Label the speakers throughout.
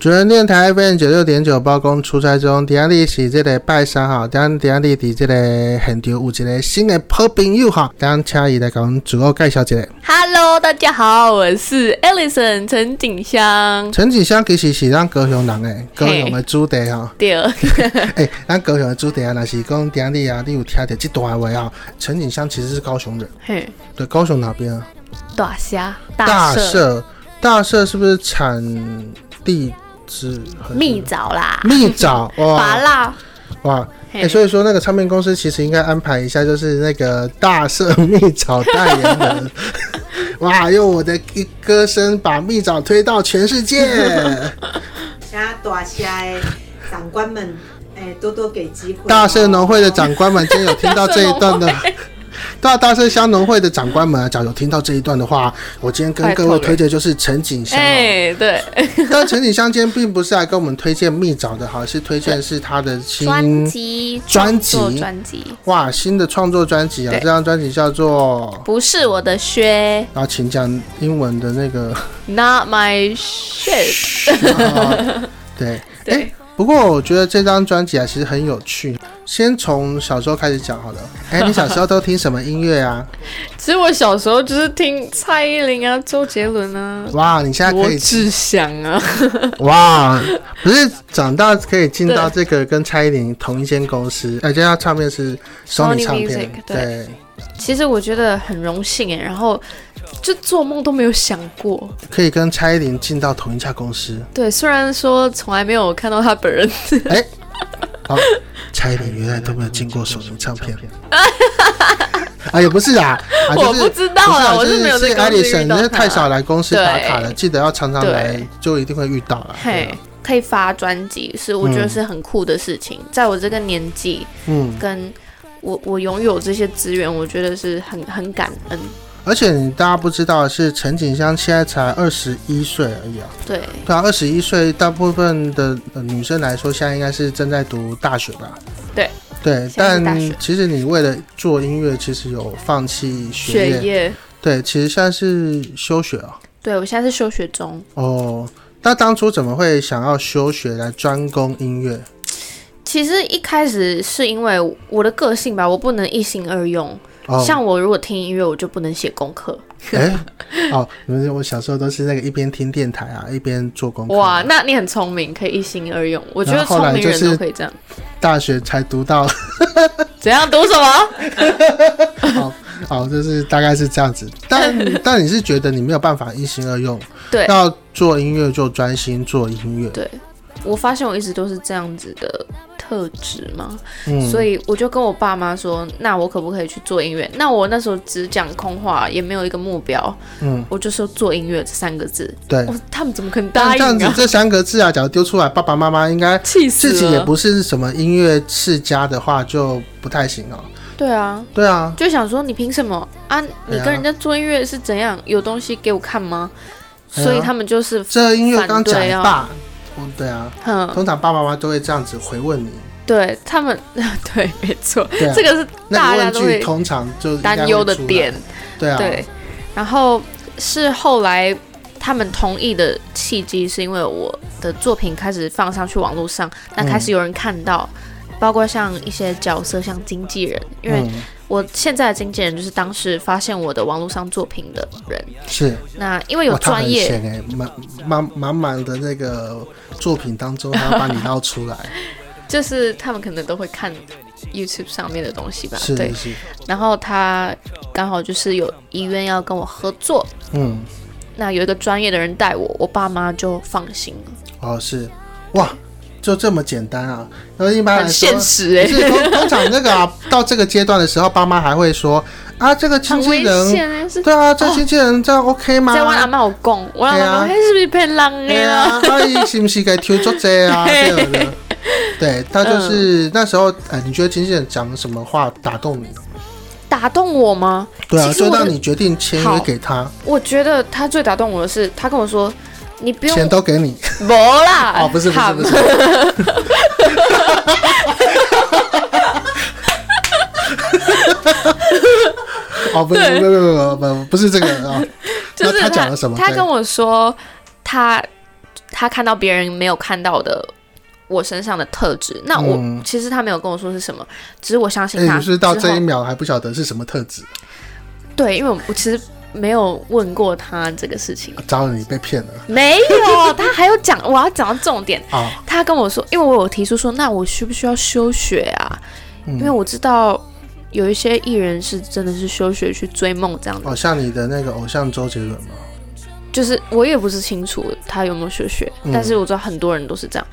Speaker 1: 主人电台 FM 九六点九，包公出差中。今日是这个拜三哈，今今日伫这个现场有一个新的好朋友哈，咱请伊来给阮自我介绍一下。
Speaker 2: Hello，大家好，我是 Alison 陈景香。
Speaker 1: 陈景香其实是咱高雄人诶，高雄的
Speaker 2: 嘿
Speaker 1: 主地哈。
Speaker 2: 对，
Speaker 1: 诶、咱高雄的主地啊，若是讲今日啊，你有听到这段话啊？陈景香其实是高雄人，
Speaker 2: 嘿，
Speaker 1: 对，高雄哪边啊？
Speaker 2: 大虾、
Speaker 1: 大
Speaker 2: 社、
Speaker 1: 社，大社是不是产地之
Speaker 2: 蜜枣啦、
Speaker 1: 蜜枣？
Speaker 2: 麻
Speaker 1: 哇
Speaker 2: 辣，
Speaker 1: 哇！哎、
Speaker 2: 嘿
Speaker 1: 所以说那个唱片公司其实应该安排一下，就是那个大社蜜枣代言 人。哇！用我的一歌声把蜜枣推到全世 界。
Speaker 3: 请大社的长官们，哎、多多给机会。
Speaker 1: 大社农会的长官们，今天有听到这一段 的。大大社乡农会的长官们啊，假如有听到这一段的话，我今天跟各位推荐就是陈景香、哦。
Speaker 2: 哎，对，
Speaker 1: 但陈景香今天并不是来跟我们推荐蜜枣的，好，是推荐是他的
Speaker 2: 专
Speaker 1: 新
Speaker 2: 辑、
Speaker 1: 专辑
Speaker 2: 做专辑，
Speaker 1: 哇新的创作专辑啊，
Speaker 2: 对
Speaker 1: 这张专辑叫做，
Speaker 2: 不是我的靴
Speaker 1: 然后请讲英文的那个，
Speaker 2: ，Not my shit。
Speaker 1: 啊对，哎、
Speaker 2: 对，
Speaker 1: 不过我觉得这张专辑啊，其实很有趣。先从小时候开始讲好了。哎、 你小时候都听什么音乐啊？
Speaker 2: 其实我小时候就是听蔡依林啊、周杰伦啊、
Speaker 1: 哇，你现在
Speaker 2: 罗
Speaker 1: 可以
Speaker 2: 志祥啊，
Speaker 1: 哇，不是长大可以进到这个跟蔡依林同一间公司，哎，这家唱片是 Sony
Speaker 2: Sony
Speaker 1: 唱片
Speaker 2: Music，对
Speaker 1: 对，
Speaker 2: 其实我觉得很荣幸哎，然后就做梦都没有想过。
Speaker 1: 可以跟蔡依林进到同一家公司。
Speaker 2: 对，虽然说从来没有看到他本人，
Speaker 1: 哦，蔡依林原来都没有经过索尼唱片。 啊，也不是啊，啊就
Speaker 2: 我
Speaker 1: 是
Speaker 2: 不知道
Speaker 1: 不是
Speaker 2: 啦，
Speaker 1: 啊
Speaker 2: 我
Speaker 1: 就是
Speaker 2: 没有在
Speaker 1: 是艾
Speaker 2: 公
Speaker 1: 丽
Speaker 2: 司
Speaker 1: 森，
Speaker 2: 遇
Speaker 1: 因
Speaker 2: 到
Speaker 1: 为
Speaker 2: 他
Speaker 1: 太少来公司打卡了，
Speaker 2: 对
Speaker 1: 记得要常常来
Speaker 2: 对，
Speaker 1: 就一定会遇到了。对
Speaker 2: 嘿
Speaker 1: 啊，
Speaker 2: 可以发专辑是我觉得是很酷的事情，在我这个年纪，
Speaker 1: 嗯，
Speaker 2: 跟我我拥有这些资源，我觉得是很很感恩。
Speaker 1: 而且你大家不知道的是，陈景香现在才二十一岁而已啊。
Speaker 2: 对，
Speaker 1: 对啊，二十一岁，大部分的、呃女生来说，现在应该是正在读大学吧？
Speaker 2: 对
Speaker 1: 对，
Speaker 2: 现在
Speaker 1: 但
Speaker 2: 是大学
Speaker 1: 其实你为了做音乐，其实有放弃学业，
Speaker 2: 学业，
Speaker 1: 对，其实现在是休学啊。
Speaker 2: 对我现在是休学中。
Speaker 1: 哦，那当初怎么会想要休学来专攻音乐？
Speaker 2: 其实一开始是因为我的个性吧，我不能一心二用。
Speaker 1: 哦，
Speaker 2: 像我如果听音乐，我就不能写功课。
Speaker 1: 哎，哦，你们我小时候都是那个一边听电台啊，一边做功课。
Speaker 2: 哇，那你很聪明，可以一心二用。我觉
Speaker 1: 然
Speaker 2: 得
Speaker 1: 后后来
Speaker 2: 聪明人
Speaker 1: 就是
Speaker 2: 都可以这样。
Speaker 1: 大学才读到，
Speaker 2: 怎样读什么？
Speaker 1: 哦，就是大概是这样子。但 但你是觉得你没有办法一心二用，
Speaker 2: 对
Speaker 1: 要做音乐就专心做音乐。
Speaker 2: 对，我发现我一直都是这样子的特质嘛，
Speaker 1: 嗯，
Speaker 2: 所以我就跟我爸妈说，那我可不可以去做音乐？那我那时候只讲空话，也没有一个目标，
Speaker 1: 嗯，
Speaker 2: 我就说做音乐这三个字，
Speaker 1: 对。
Speaker 2: 哦，他们怎么可能答
Speaker 1: 嗯但这样
Speaker 2: 应
Speaker 1: 子
Speaker 2: 啊？
Speaker 1: 这三个字啊，假如丢出来，爸爸妈妈应该
Speaker 2: 气死
Speaker 1: 自己也
Speaker 2: 了！
Speaker 1: 不是什么音乐世家的话，就不太行哦。
Speaker 2: 对啊，
Speaker 1: 对啊，
Speaker 2: 就想说你凭什么啊？你跟人家做音乐是怎样？有东西给我看吗？
Speaker 1: 对啊
Speaker 2: 所以他们就是，
Speaker 1: 这音乐刚讲
Speaker 2: 反对
Speaker 1: 一
Speaker 2: 啊
Speaker 1: 半，嗯，对啊，
Speaker 2: 嗯，
Speaker 1: 通常爸爸妈妈都会这样子回问你，
Speaker 2: 对他们， 对，没错，
Speaker 1: 对啊
Speaker 2: 这个是
Speaker 1: 那
Speaker 2: 大
Speaker 1: 个
Speaker 2: 家
Speaker 1: 问
Speaker 2: 都
Speaker 1: 句
Speaker 2: 会
Speaker 1: 通常就应该会
Speaker 2: 担忧的
Speaker 1: 出来
Speaker 2: 点，。
Speaker 1: 对啊，
Speaker 2: 对，然后是后来他们同意的契机，是因为我的作品开始放上去网络上，那
Speaker 1: 嗯
Speaker 2: 开始有人看到，包括像一些角色，像经纪人，因为
Speaker 1: 嗯，
Speaker 2: 我现在的经纪人就是当时发现我的网络上作品的人。
Speaker 1: 是
Speaker 2: 那因为有
Speaker 1: 哇他很
Speaker 2: 专业，
Speaker 1: 闲哎，满满满满的那个作品当中，还要把你捞出来，
Speaker 2: 就是他们可能都会看 YouTube 上面的东西吧，
Speaker 1: 是
Speaker 2: 对
Speaker 1: 是。是，
Speaker 2: 然后他刚好就是有医院要跟我合作，
Speaker 1: 嗯，
Speaker 2: 那有一个专业的人带我，我爸妈就放心了，
Speaker 1: 哦是，哇，就这么简单啊？那一般来
Speaker 2: 很
Speaker 1: 说
Speaker 2: 现。实哎、
Speaker 1: 可 是通通常那个啊，到这个阶段的时候，爸妈还会说啊，这个经
Speaker 2: 很
Speaker 1: 纪
Speaker 2: 危
Speaker 1: 人，
Speaker 2: 险欸，是
Speaker 1: 对啊，这经纪人这样 OK 吗？
Speaker 2: 在我阿妈有讲，我阿妈讲，
Speaker 1: 嘿
Speaker 2: 嘿，是不是欸骗人
Speaker 1: 啊对
Speaker 2: 的啦？
Speaker 1: 啊，啊，伊是不是该抽作者 啊？对不对？对，他就是、
Speaker 2: 嗯
Speaker 1: 那时候，呃，你觉得经纪人讲什么话打动你？
Speaker 2: 打动我吗？
Speaker 1: 对啊，
Speaker 2: 其实我
Speaker 1: 就让你决定签约
Speaker 2: 好
Speaker 1: 给他，
Speaker 2: 我觉得他最打动我的是，他跟我说，你不用哎
Speaker 1: 钱都给你。
Speaker 2: 没啦，
Speaker 1: 哦，不是不是
Speaker 2: 喊
Speaker 1: 不是， 哦，不是不是
Speaker 2: 对
Speaker 1: 不是不是不是不是这个啊。
Speaker 2: 就是
Speaker 1: 那他讲了什么
Speaker 2: 他
Speaker 1: 对
Speaker 2: 跟我说，他他看到别人没有看到的我身上的特质。那我、
Speaker 1: 嗯
Speaker 2: 其实他没有跟我说是什么，只是我相信
Speaker 1: 哎，
Speaker 2: 他。
Speaker 1: 你是到
Speaker 2: 之后
Speaker 1: 这一秒还不晓得是什么特质，
Speaker 2: 对，因为我我其实没有问过他这个事情，
Speaker 1: 糟了，你被骗了
Speaker 2: 没有，他还有讲，我要讲到重点。
Speaker 1: 啊！
Speaker 2: 他跟我说，因为我有提出说，那我需不需要休学啊？
Speaker 1: 嗯
Speaker 2: 因为我知道有一些艺人是真的是休学去追梦这样的，
Speaker 1: 哦，像你的那个偶像周杰伦嘛，
Speaker 2: 就是我也不是清楚他有没有休学，
Speaker 1: 嗯
Speaker 2: 但是我知道很多人都是这样。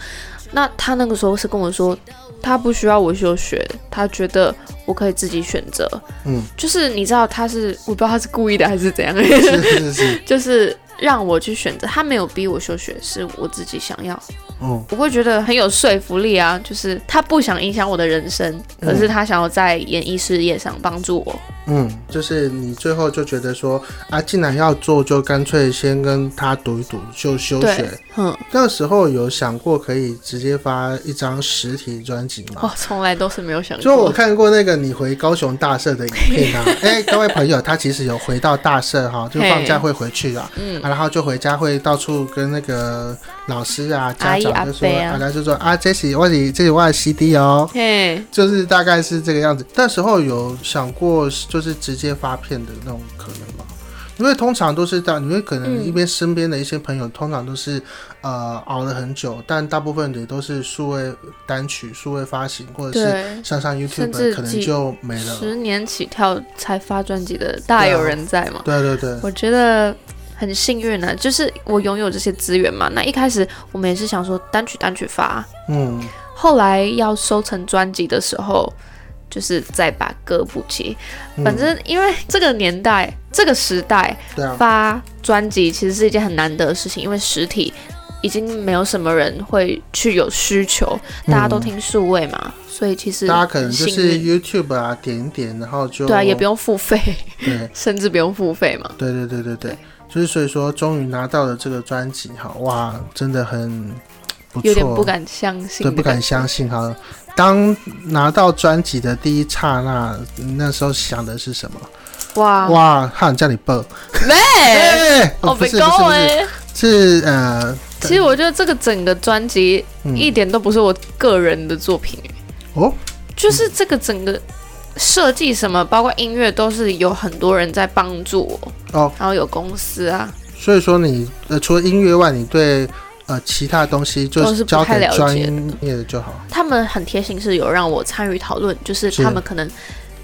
Speaker 2: 那他那个时候是跟我说，他不需要我休学，他觉得我可以自己选择。
Speaker 1: 嗯，
Speaker 2: 就是你知道他是，我不知道他是故意的还是怎样，
Speaker 1: 是是是，
Speaker 2: 就是让我去选择，他没有逼我休学，是我自己想要。
Speaker 1: 嗯
Speaker 2: 我会觉得很有说服力啊，就是他不想影响我的人生，可是他想要在演艺事业上帮助我。
Speaker 1: 嗯，就是你最后就觉得说啊，既然要做，就干脆先跟他赌一赌，就休
Speaker 2: 对
Speaker 1: 学。，
Speaker 2: 嗯，
Speaker 1: 那时候有想过可以直接发一张实体专辑吗？
Speaker 2: 哦，从来都是没有想
Speaker 1: 就我
Speaker 2: 过。
Speaker 1: 看过那个你回高雄大社的影片 啊，哎、各位朋友，他其实有回到大社哈，就放假会回去啊，
Speaker 2: 嗯
Speaker 1: 啊然后就回家会到处跟那个老师啊、家长就说，
Speaker 2: 阿姨阿伯啊
Speaker 1: 大家就说啊，这是我是这是我的 CD 哦，
Speaker 2: 嘿，
Speaker 1: 就是大概是这个样子。那时候有想过就是直接发片的那种可能吗？因为通常都是这样，因为可能
Speaker 2: 嗯
Speaker 1: 一边身边的一些朋友，通常都是呃熬了很久，但大部分也都是数位单曲、数位发行或者是
Speaker 2: 对，
Speaker 1: 上上
Speaker 2: 甚至
Speaker 1: YouTube 可能
Speaker 2: 几
Speaker 1: 就没了。
Speaker 2: 十年起跳才发专辑的大有人在嘛，
Speaker 1: 对对对，啊
Speaker 2: 我觉得。很幸运啊，就是我拥有这些资源嘛。那一开始我们也是想说单曲单曲发，
Speaker 1: 嗯，
Speaker 2: 后来要收成专辑的时候，就是再把歌补齐。
Speaker 1: 嗯
Speaker 2: 反正因为这个年代、这个时代，
Speaker 1: 对啊，
Speaker 2: 发专辑其实是一件很难得的事情，因为实体已经没有什么人会去有需求，
Speaker 1: 嗯
Speaker 2: 大家都听数位嘛，所以其实
Speaker 1: 大家可能就
Speaker 2: 很幸
Speaker 1: 是
Speaker 2: 运
Speaker 1: YouTube 啊，点一点，然后就
Speaker 2: 对啊，也不用付费，
Speaker 1: 对
Speaker 2: 甚至不用付费嘛。
Speaker 1: 对对对对对，就是所以说，终于拿到了这个专辑哈，哇，真的很不错，
Speaker 2: 有点不敢相
Speaker 1: 对，
Speaker 2: 信的感觉，
Speaker 1: 不敢相信哈。当拿到专辑的第一刹那，那时候想的是什么？
Speaker 2: 哇！
Speaker 1: 哇，他很叫你 爆，
Speaker 2: 哎，
Speaker 1: 哎、
Speaker 2: 我
Speaker 1: 哦，不
Speaker 2: 被
Speaker 1: 是不是
Speaker 2: 告
Speaker 1: 不是，
Speaker 2: 哎！
Speaker 1: 是呃，
Speaker 2: 其实我觉得这个整个专辑
Speaker 1: 嗯
Speaker 2: 一点都不是我个人的作品，欸
Speaker 1: 哦，
Speaker 2: 就是这个整个设计什么，包括音乐，都是有很多人在帮助我。
Speaker 1: 哦，
Speaker 2: 然后有公司啊，
Speaker 1: 所以说你呃，除了音乐外，你对呃其他东西就
Speaker 2: 都是不
Speaker 1: 交
Speaker 2: 太
Speaker 1: 给
Speaker 2: 了解
Speaker 1: 专
Speaker 2: 的
Speaker 1: 业的就好。
Speaker 2: 他们很贴心，是有让我参与讨论，就是
Speaker 1: 是
Speaker 2: 他们可能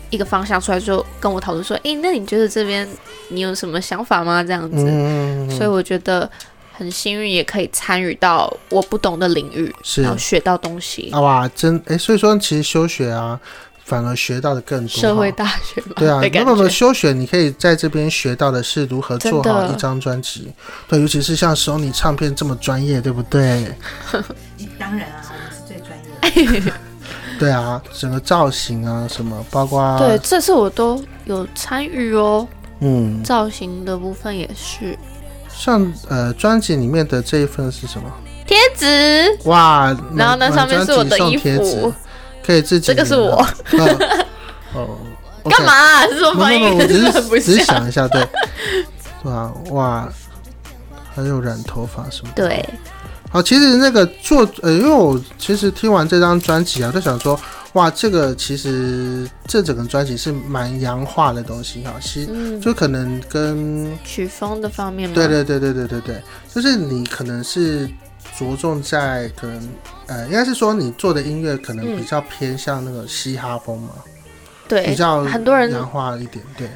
Speaker 2: 一个方向出来之后跟我讨论说，诶，那你觉得这边你有什么想法吗？这样子，
Speaker 1: 嗯，
Speaker 2: 所以我觉得很幸运，也可以参与到我不懂的领域，
Speaker 1: 是
Speaker 2: 然后学到东西。
Speaker 1: 啊哇，真哎、所以说其实休学啊，反而学到的更多哈。
Speaker 2: 社会大学 嘛，
Speaker 1: 对啊
Speaker 2: 的，感
Speaker 1: 那么
Speaker 2: 觉
Speaker 1: 休学，你可以在这边学到的是如何做
Speaker 2: 真
Speaker 1: 好
Speaker 2: 的
Speaker 1: 一张专辑，对，尤其是像 Sony 唱片这么专业，对不对？
Speaker 3: 当然啊，我们是最专业的。
Speaker 1: 对啊，整个造型啊，什么，包括
Speaker 2: 对，，这次我都有参与哦，
Speaker 1: 嗯，
Speaker 2: 造型的部分也是
Speaker 1: 像呃专辑里面的这一份是什么？
Speaker 2: 贴纸，
Speaker 1: 哇，
Speaker 2: 然后
Speaker 1: 买
Speaker 2: 那上面是我的衣，
Speaker 1: 买专辑送贴纸
Speaker 2: 服，
Speaker 1: 可以自己
Speaker 2: 这个是我
Speaker 1: 领的。嗯 哦，我
Speaker 2: 干嘛、啊？这种
Speaker 1: 想？
Speaker 2: 反
Speaker 1: 没有没
Speaker 2: 应
Speaker 1: 有，我只
Speaker 2: 真的 很不
Speaker 1: 是只是
Speaker 2: 像。
Speaker 1: 想一下，对，对吧？哇，还有染头发什么？。
Speaker 2: 对，
Speaker 1: 好，其实那个做，呃，因为我其实听完这张专辑啊，就想说，哇，这个其实这整个专辑是蛮洋化的东西哈、其实
Speaker 2: 嗯，
Speaker 1: 就可能跟
Speaker 2: 曲风的方面嘛，
Speaker 1: 对对对对对对对，就是你可能是着重在可能呃，应该是说你做的音乐可能
Speaker 2: 嗯
Speaker 1: 比较偏向那个嘻哈风嘛，
Speaker 2: 对
Speaker 1: 比较
Speaker 2: 很多人
Speaker 1: 洋化一点，对，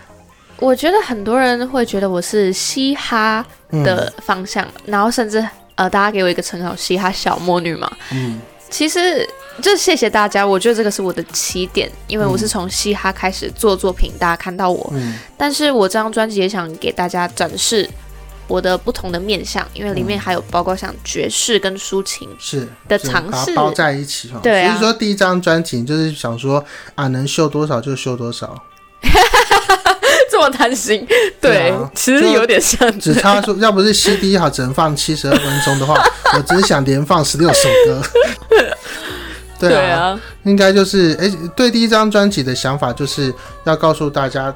Speaker 2: 我觉得很多人会觉得我是嘻哈
Speaker 1: 嗯
Speaker 2: 的方向，然后甚至呃，大家给我一个称号“嘻哈小魔女”嘛。
Speaker 1: 嗯
Speaker 2: 其实就谢谢大家，我觉得这个是我的起点，因为
Speaker 1: 嗯
Speaker 2: 我是从嘻哈开始做作品，大家看到我。
Speaker 1: 嗯
Speaker 2: 但是我这张专辑也想给大家展示我的不同的面相，因为里面还有包括像爵士跟抒情。
Speaker 1: 是
Speaker 2: 的
Speaker 1: 就是
Speaker 2: 尝
Speaker 1: 把它
Speaker 2: 试
Speaker 1: 包在一起哈，
Speaker 2: 对
Speaker 1: 所
Speaker 2: 啊
Speaker 1: 以说第一张专辑就是想说啊，能秀多少就秀多少，
Speaker 2: 这么贪心，
Speaker 1: 对啊
Speaker 2: 其实有点像
Speaker 1: 只 差说，要不是 CD 好只能放七十二分钟的话，我只想连放十六首 歌。对啊，应该就是哎、对第一张专辑的想法就是要告诉大家，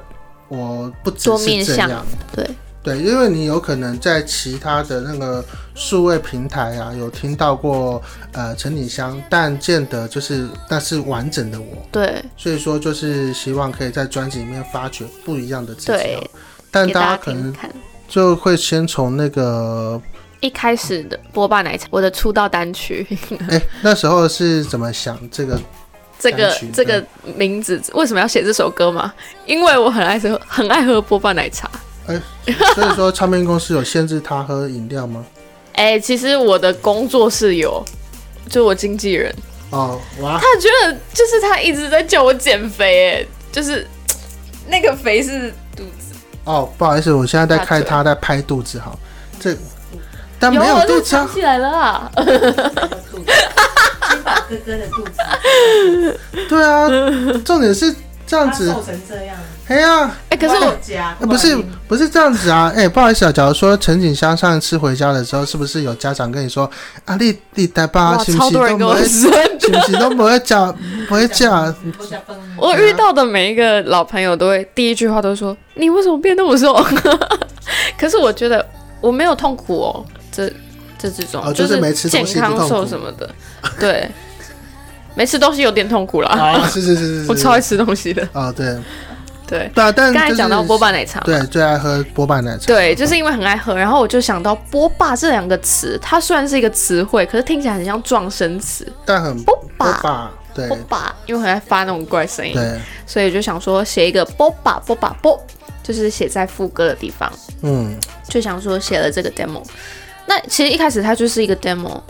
Speaker 1: 我不只
Speaker 2: 多
Speaker 1: 是
Speaker 2: 面
Speaker 1: 这
Speaker 2: 向
Speaker 1: 样，
Speaker 2: 对
Speaker 1: 对，因为你有可能在其他的那个数位平台啊，有听到过呃陈景香，但见得就是那是完整的我，
Speaker 2: 对
Speaker 1: 所以说就是希望可以在专辑里面发掘不一样的自己
Speaker 2: 对
Speaker 1: 哦、但
Speaker 2: 给
Speaker 1: 大
Speaker 2: 大
Speaker 1: 家
Speaker 2: 家
Speaker 1: 可
Speaker 2: 听听
Speaker 1: 能
Speaker 2: 看。
Speaker 1: 就会先从那 个
Speaker 2: 一开始的波霸奶茶，我的出道单 曲，
Speaker 1: 哎、那时候是怎么想这个？
Speaker 2: 这个
Speaker 1: 单曲嗯
Speaker 2: 这个名字为什么要写这首歌吗？因为我很爱喝，很爱喝波霸奶茶。
Speaker 1: 所以说唱片公司有限制他喝饮料吗？
Speaker 2: 哎、其实我的工作室有，就我经纪人，
Speaker 1: 哦，哇，
Speaker 2: 他觉得就是他一直在叫我减肥、哎，就是嘖那个肥是肚子，
Speaker 1: 哦，不好意思，我现在在看
Speaker 2: 大腿
Speaker 1: 他在拍肚子哈，这但没
Speaker 2: 有我
Speaker 1: 肚
Speaker 2: 就
Speaker 1: 子啊
Speaker 2: 藏起来了啊。
Speaker 3: 哥的 肚子，金宝哥哥的肚子，
Speaker 1: 对 啊，重点是这样
Speaker 3: 他
Speaker 1: 子
Speaker 3: 瘦，成这样，啊
Speaker 1: 哎呀、
Speaker 2: 哎、可是我
Speaker 3: 家
Speaker 1: 呃不是不是这样子啊，哎、不好意思啊，假如说陈景香上次回家的时候，是不是有家长跟你说啊，你你带爸
Speaker 2: 哇，
Speaker 1: 是不
Speaker 2: 超
Speaker 1: 是
Speaker 2: 多人
Speaker 1: 都
Speaker 2: 跟
Speaker 1: 不
Speaker 2: 我
Speaker 1: 会，
Speaker 2: 说啊
Speaker 1: 是不是都不会讲，不会 讲，
Speaker 3: 我想帮
Speaker 2: 我遇到的每一个老朋友都会第一句话都说：“你为什么变那么瘦？” 可是我觉得我没有痛苦哦，这这之中、
Speaker 1: 哦就是没吃
Speaker 2: 健
Speaker 1: 东西不
Speaker 2: 康
Speaker 1: 痛
Speaker 2: 瘦
Speaker 1: 苦
Speaker 2: 什么的，对，没吃东西有点痛苦啦。
Speaker 1: 啊，是是是是是，
Speaker 2: 我超爱吃东西的，
Speaker 1: 哦，对
Speaker 2: 对。
Speaker 1: 对啊，但
Speaker 2: 刚才
Speaker 1: 就是
Speaker 2: 讲到波霸奶茶嘛，
Speaker 1: 对，最爱喝波霸奶茶。
Speaker 2: 对，就是因为很爱喝，然后我就想到“波霸”这两个词，它虽然是一个词汇，可是听起来很像撞声词
Speaker 1: 但很
Speaker 2: 波霸
Speaker 1: 霸，对
Speaker 2: “波霸”，因为很爱发那种怪声音，
Speaker 1: 对，
Speaker 2: 所以就想说写一个波霸波霸波，就是写在副歌的地方，
Speaker 1: 嗯，
Speaker 2: 就想说写了这个 demo。那其实一开始它就是一个 demo，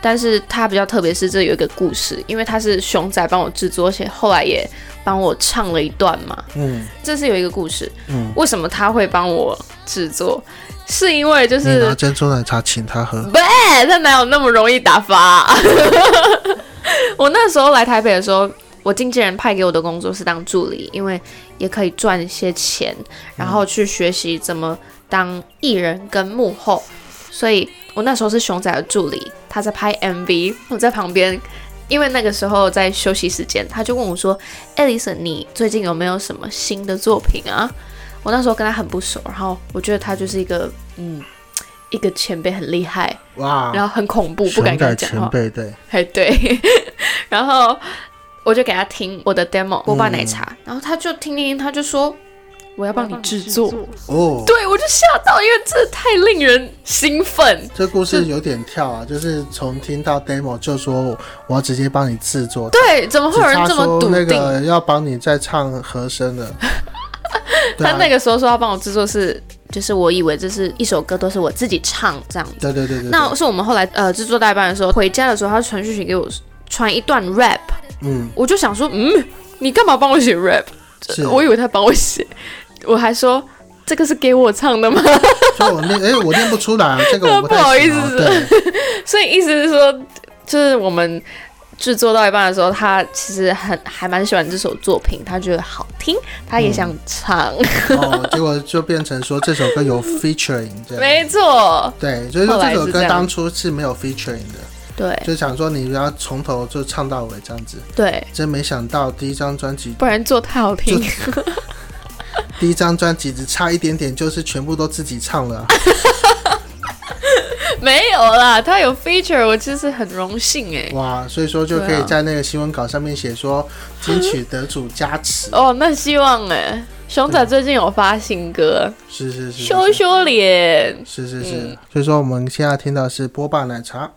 Speaker 2: 但是它比较特别是这有一个故事，因为它是熊仔帮我制作，而且后来也帮我唱了一段嘛，
Speaker 1: 嗯，
Speaker 2: 这是有一个故事。
Speaker 1: 嗯
Speaker 2: 为什么他会帮我制作？是因为就
Speaker 1: 你
Speaker 2: 是
Speaker 1: 拿珍珠奶茶请他喝，
Speaker 2: 哎他哪有那么容易打发、啊 我那时候来台北的时候，我经纪人派给我的工作是当助理，因为也可以赚一些钱，然后去学习怎么当艺人跟幕后。所以我那时候是熊仔的助理，他在拍 MV，我在旁边。因为那个时候在休息时间，他就问我说：“艾丽森，你最近有没有什么新的作品啊？”我那时候跟他很不熟，然后我觉得他就是一个嗯，一个前辈很厉害，
Speaker 1: 哇，
Speaker 2: 然后很恐怖，不
Speaker 1: 熊
Speaker 2: 敢跟
Speaker 1: 仔
Speaker 2: 他讲
Speaker 1: 啊前
Speaker 2: 话。
Speaker 1: 辈，对，
Speaker 2: 哎，对， 然后我就给他听我的 demo
Speaker 1: 嗯
Speaker 2: 波霸奶茶，然后他就听听听，他就说我要帮你制作，
Speaker 1: 哦，
Speaker 2: 对我就吓到，因为这太令人兴奋。
Speaker 1: 这故事有点跳啊，就是从听到 demo 就说我要直接帮你制作，
Speaker 2: 对，怎么会
Speaker 1: 只
Speaker 2: 有人
Speaker 1: 差
Speaker 2: 这么
Speaker 1: 说
Speaker 2: 笃
Speaker 1: 那
Speaker 2: 定？
Speaker 1: 个啊要帮你再唱和声 的，对
Speaker 2: 他
Speaker 1: 啊
Speaker 2: 那个时候说要帮我制作是，就是我以为这是一首歌都是我自己唱这样子。
Speaker 1: 对对对对，
Speaker 2: 那
Speaker 1: 对
Speaker 2: 是我们后来呃制作代班的时候，回家的时候，他传讯息给我传一段 rap，
Speaker 1: 嗯，
Speaker 2: 我就想说，嗯，你干嘛帮我写 rap？
Speaker 1: 是，
Speaker 2: 我以为他帮我写，我还说这个是给我唱的吗？
Speaker 1: 所以我念，哎，我念不出来啊，这个我
Speaker 2: 不好
Speaker 1: 太
Speaker 2: 意
Speaker 1: 行
Speaker 2: 思
Speaker 1: 啊对，
Speaker 2: 所以意思是说，就是我们制作到一半的时候，他其实很还蛮喜欢这首作品，他觉得好听，他也想唱。
Speaker 1: 哦，结果就变成说这首歌有 featuring 这样，
Speaker 2: 没错，
Speaker 1: 对，所以说
Speaker 2: 后来
Speaker 1: 这首
Speaker 2: 是
Speaker 1: 歌
Speaker 2: 这样
Speaker 1: 当初是没有 featuring 的。
Speaker 2: 对
Speaker 1: 就想说你要从头就唱到尾这样子，
Speaker 2: 对，
Speaker 1: 真没想到第一张专辑，
Speaker 2: 不然做太好听。
Speaker 1: 第一张专辑只差一点点，就是全部都自己唱 了啊、
Speaker 2: 没有啦，他有 feature，我真是很荣幸哎。
Speaker 1: 哇！所以说就可
Speaker 2: 对
Speaker 1: 以
Speaker 2: 啊
Speaker 1: 在那个新闻稿上面写说金曲得主加持，
Speaker 2: 哦，那希望哎，熊仔最近有发新歌，
Speaker 1: 是是是，
Speaker 2: 羞
Speaker 1: 是
Speaker 2: 羞脸。
Speaker 1: 是是是，所以说我们现在听到的是波霸奶茶。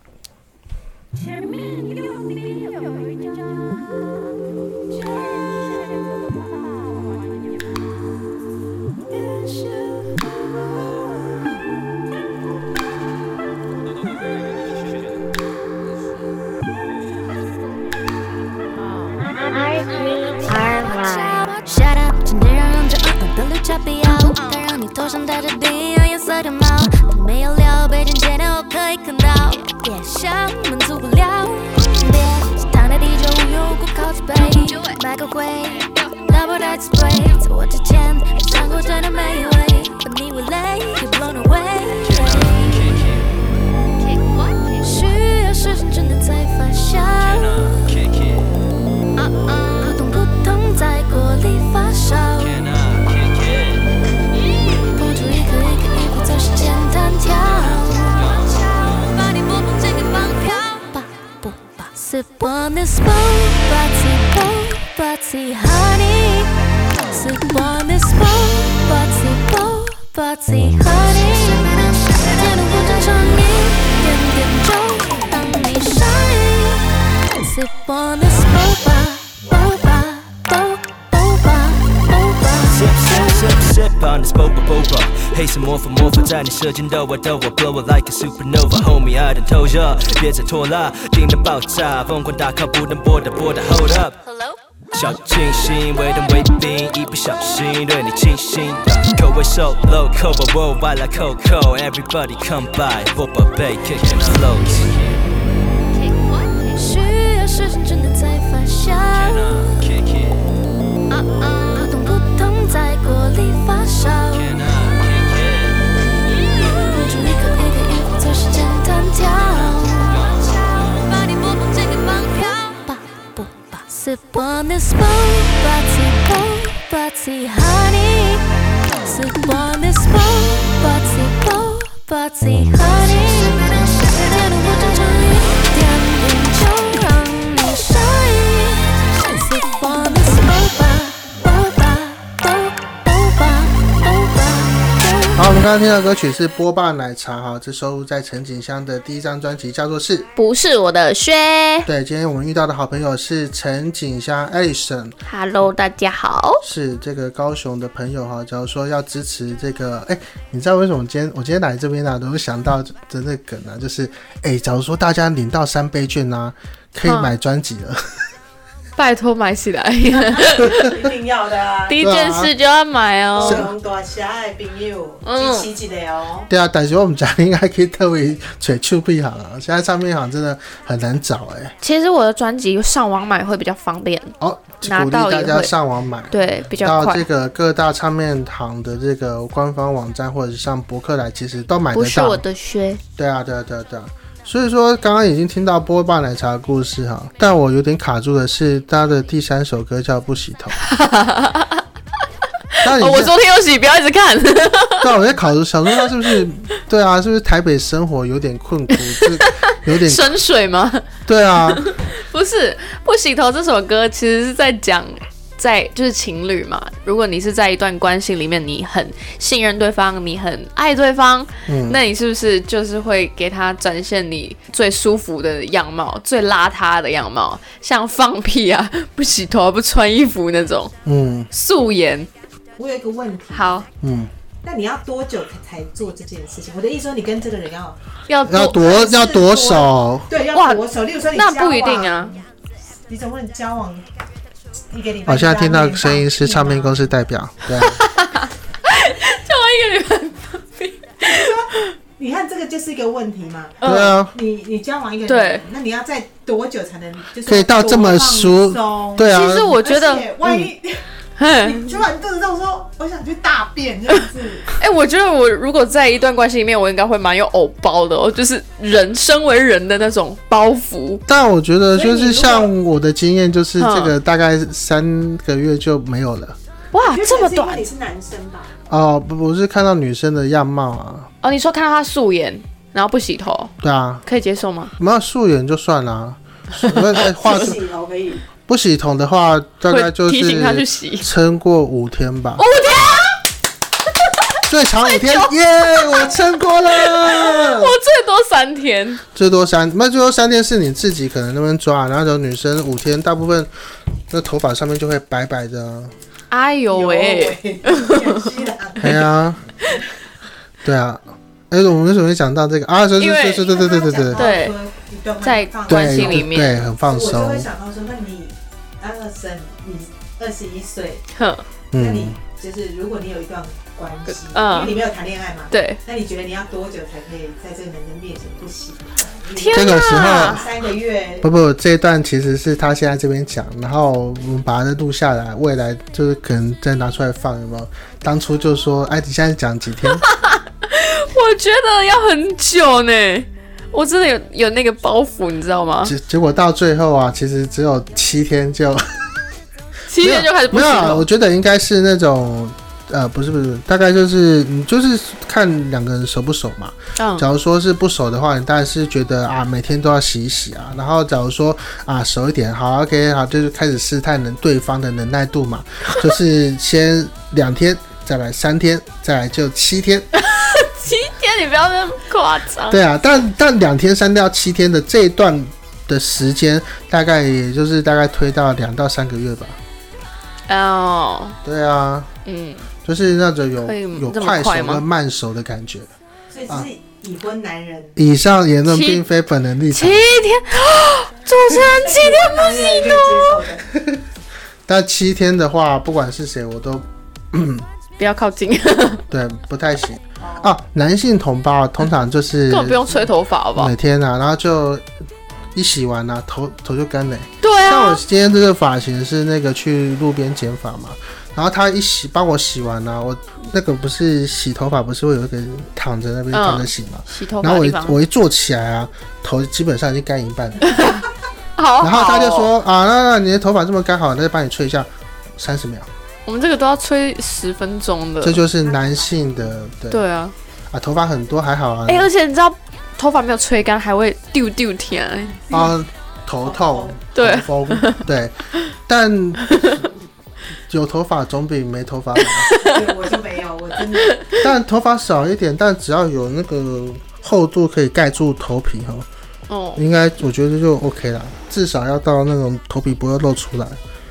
Speaker 4: Shut up，今天让人骄傲的绿茶婊，它让你头上戴着冰洋颜色的帽，它没有料，被剪切掉我可以看到，也想满足不了。别躺在地就无用功靠几杯，买个会 double that spray，在我之前尝过真的美味，把你味蕾给 blown away。需要时间沉淀才发酵。扑通扑通在锅里发烧，扑出一颗一颗 Sip on this bubati, bubati honey. Sip on this bubati, bubati honey. 이제는 우정청이 끈끈 줘, 땅이 shine. Sip on this boba, boba, bo- boba, boba.
Speaker 5: Sip, sip, sip, sip on this boba boba. Hey, some more for more for 在你射精的我的我 blow it like a supernova. Homie, I done told ya，别再拖拉，盯着爆炸，疯狂打 call 不能拨的拨的 hold up。
Speaker 4: Hello?
Speaker 5: 小清新，为人为宾，一不小心对你倾心。口味瘦肉扣我我外来扣扣，Everybody come by，我宝贝 kick and float。
Speaker 4: 需要时间沉淀才发酵，
Speaker 5: Kick it,
Speaker 4: 扑通扑通在锅里发烧。
Speaker 5: can I kick
Speaker 4: 公主一颗一个衣服，测试间单挑。把你拨弄这个绑票，吧不吧？Sip on this b o b a t i b o b a t i honey。Sip on this b o b a t i b o b a t i honey。甜得我真上瘾，点点就让你上瘾。Sip on this boba boba boba boba boba。
Speaker 1: 好，我们刚刚听到的歌曲是《波霸奶茶》哈，这收录在陈景香的第一张专辑，叫做是。
Speaker 2: 不是我的靴。
Speaker 1: 对，今天我们遇到的好朋友是陈景香 Alison，
Speaker 2: Hello，大家好。
Speaker 1: 是这个高雄的朋友哈。假如说要支持这个，哎、你知道为什么今天我今天来这边呢、都是想到的那个梗啊，就是哎、假如说大家领到三倍券啊，可以
Speaker 2: 嗯
Speaker 1: 买专辑 了。
Speaker 2: 拜托买起来，
Speaker 3: 一定要的啊！
Speaker 2: 第一件事就要买
Speaker 3: 高
Speaker 2: 哦。
Speaker 3: 雄大侠的朋友，
Speaker 2: 嗯
Speaker 3: 支持一下哦。
Speaker 1: 对啊，但是我们家应该可以特为嘴去不好了，现在唱片行真的很难找哎、
Speaker 2: 其实我的专辑上网买会比较方便，
Speaker 1: 哦，
Speaker 2: 拿
Speaker 1: 鼓励
Speaker 2: 到
Speaker 1: 大
Speaker 2: 也
Speaker 1: 家
Speaker 2: 会
Speaker 1: 上网买。
Speaker 2: 对，比较
Speaker 1: 到
Speaker 2: 快
Speaker 1: 哦这。个各大唱片行的这个官方网站，或者是上博客来，其实都买得
Speaker 2: 不是
Speaker 1: 到。
Speaker 2: 我的靴，
Speaker 1: 对啊，对啊，对啊，对啊。所以说，刚刚已经听到波霸奶茶的故事哈，但我有点卡住的是他的第三首歌叫《不洗头》。 那你
Speaker 2: 哦，我
Speaker 1: 在
Speaker 2: 昨天有洗，不要一直看。
Speaker 1: 对啊，我在考虑，想说他是不是对啊？是不是台北生活有点困苦，是有点
Speaker 2: 深水吗？
Speaker 1: 对啊？
Speaker 2: 不是，不洗头这首歌其实是在讲。在就是情侣嘛，如果你是在一段关系里面，你很信任对方，你很爱对方，
Speaker 1: 嗯
Speaker 2: 那你是不是就是会给他展现你最舒服的样貌、最邋遢的样貌，像放屁啊、 不洗头啊、不穿衣服那种
Speaker 1: 嗯
Speaker 2: 素颜？
Speaker 3: 我有一个问题，
Speaker 2: 好，
Speaker 1: 嗯，
Speaker 3: 那你要多久才才做这件事情？我的意思说，你跟这个人要
Speaker 2: 要
Speaker 1: 要
Speaker 2: 多
Speaker 1: 多要多少？
Speaker 3: 对
Speaker 2: 哇
Speaker 3: 要多少？例如说你
Speaker 2: 那
Speaker 3: 交往
Speaker 2: 不一定， 啊，
Speaker 3: 你总不能交往一个礼拜。
Speaker 1: 我现在听到
Speaker 3: 一个礼拜
Speaker 1: 声音是唱片公司代表，对啊、
Speaker 2: 就一个 人
Speaker 3: 你看这个就是一个问题嘛。
Speaker 2: 嗯
Speaker 1: 对啊，
Speaker 3: 你你交往一个人
Speaker 2: 对，
Speaker 3: 那你要在多久才能就是
Speaker 1: 可以到这么熟
Speaker 3: 多放松
Speaker 1: 对啊。
Speaker 2: 其实我
Speaker 3: 而且
Speaker 2: 觉得，
Speaker 3: 万一
Speaker 2: 嘿
Speaker 3: 你突然顿动说我想去大便这样子，
Speaker 2: 哎、我觉得我如果在一段关系里面，我应该会蛮有偶包的哦，就是人身为人的那种包袱。
Speaker 1: 但我觉得就
Speaker 3: 所以你
Speaker 1: 是
Speaker 3: 如果
Speaker 1: 像我的经验，就是
Speaker 2: 嗯
Speaker 1: 这个大概三个月就没有了。
Speaker 2: 哇，
Speaker 3: 因为
Speaker 2: 这么
Speaker 3: 可能是因为
Speaker 2: 短
Speaker 3: 你是男生吧？
Speaker 1: 哦，不不是看到女生的样貌啊，
Speaker 2: 哦！你说看到他素颜，然后不洗头，
Speaker 1: 对啊，
Speaker 2: 可以接受吗？
Speaker 1: 没有素颜就算了、啊，那那化
Speaker 3: 不洗头可以，
Speaker 1: 不洗头的话，大概就
Speaker 2: 会提醒他去
Speaker 1: 是
Speaker 2: 洗。 哎
Speaker 1: 撑过五天吧
Speaker 2: 五，天，
Speaker 1: 最长五天，耶，我撑过 了
Speaker 2: 我，最多三天。
Speaker 1: 最多三，那最多三天是你自己可能那边抓，然后有女生五天，大部分那头发上面就会白白的啊，
Speaker 2: 哎呦喂，
Speaker 3: 有吸的。
Speaker 1: 哎呀，对啊，哎，我们为什么会讲到这个啊？对对对对对对对对。
Speaker 2: 对在
Speaker 1: 对
Speaker 2: 关系里面
Speaker 1: 对，很放
Speaker 3: 我就
Speaker 1: 松
Speaker 3: 会。想到说，那你二婶，你二十一岁，
Speaker 2: 哼，
Speaker 3: 那你
Speaker 1: 嗯，
Speaker 3: 就是如果你有一段关系，
Speaker 2: 嗯
Speaker 3: 因为你没有谈恋爱嘛，
Speaker 2: 对，
Speaker 3: 那你觉得你要多久才可以在这个男生面前不洗？
Speaker 2: 天
Speaker 1: 这个时
Speaker 2: 哪
Speaker 1: 候！
Speaker 3: 三个月
Speaker 1: 啊不不，这一段其实是他现在这边讲，然后我们把它录下来，未来就是可能再拿出来放，有没有？当初就说，哎，你现在讲几 天？
Speaker 2: 我觉得要很久呢，我真的有有那个包袱，你知道吗？
Speaker 1: 结结果到最后啊，其实只有七天就
Speaker 2: 呃七天就开始不哦
Speaker 1: 没
Speaker 2: 洗
Speaker 1: 有啊，
Speaker 2: 头
Speaker 1: 我，觉得应该是那种呃，不是不是，不是大概就是你就是看两个人熟不熟嘛。
Speaker 2: 嗯，
Speaker 1: 假如说是不熟的话，你当然是觉得啊，每天都要洗一洗啊。然后假如说啊，熟一点，好，OK，好，就是开始试探能对方的能耐度 嘛，就是先两天，再来三天，再来就七天。
Speaker 2: 嗯今天你不要那么夸张。
Speaker 1: 对啊，但但两天、三到七天的这一段的时间，大概也就是大概推到两到三个月吧。
Speaker 2: 哦，
Speaker 1: 对啊，
Speaker 2: 嗯，
Speaker 1: 就是那种有
Speaker 2: 可以
Speaker 1: 有
Speaker 2: 这么
Speaker 1: 快
Speaker 2: 快
Speaker 1: 熟
Speaker 2: 吗
Speaker 1: 跟慢熟的感觉。
Speaker 3: 所以就是已婚男人，
Speaker 1: 以上言论
Speaker 2: 七
Speaker 1: 并非本人立
Speaker 2: 七
Speaker 1: 场，
Speaker 2: 天，主持人七天不
Speaker 3: 男人可以接受的。
Speaker 1: 但七天的话，不管是谁，我都
Speaker 2: 不要靠近，
Speaker 1: 对不太行啊。男性同胞通常就是
Speaker 2: 哦嗯根本不用吹头发，好不好
Speaker 1: 每？天啊，然后就一洗完啊，头头就干了欸、
Speaker 2: 对
Speaker 1: 像我
Speaker 2: 啊，
Speaker 1: 今天这个发型是那个去路边剪发嘛，然后他一洗帮我洗完了、啊我那个不是洗头发不是会有一个躺着那边
Speaker 2: 嗯
Speaker 1: 躺着洗嘛，
Speaker 2: 洗头
Speaker 1: 然
Speaker 2: 发
Speaker 1: 后
Speaker 2: 的
Speaker 1: 我一
Speaker 2: 地方，
Speaker 1: 我一坐起来啊，头基本上已经干一半了，
Speaker 2: 好，
Speaker 1: 然后他就，说啊，那那你的头发这么干好，那就帮你吹一下。三十秒，
Speaker 2: 我们这个都要吹十分钟的
Speaker 1: 这，就是男性的对
Speaker 2: 对啊，
Speaker 1: 啊，头发很多还好啊，
Speaker 2: 哎，而且你知道头发没有吹干还会丢丢天，
Speaker 1: 啊，头痛，
Speaker 2: 对
Speaker 1: 头 风，对，但有头发总比没头发好。
Speaker 3: 对，我就没有，我真的
Speaker 1: 但头发少一点，但只要有那个厚度可以盖住头皮哦，
Speaker 2: 哦，
Speaker 1: 应该我觉得就 OK 啦。至少要到那种头皮不要露出来。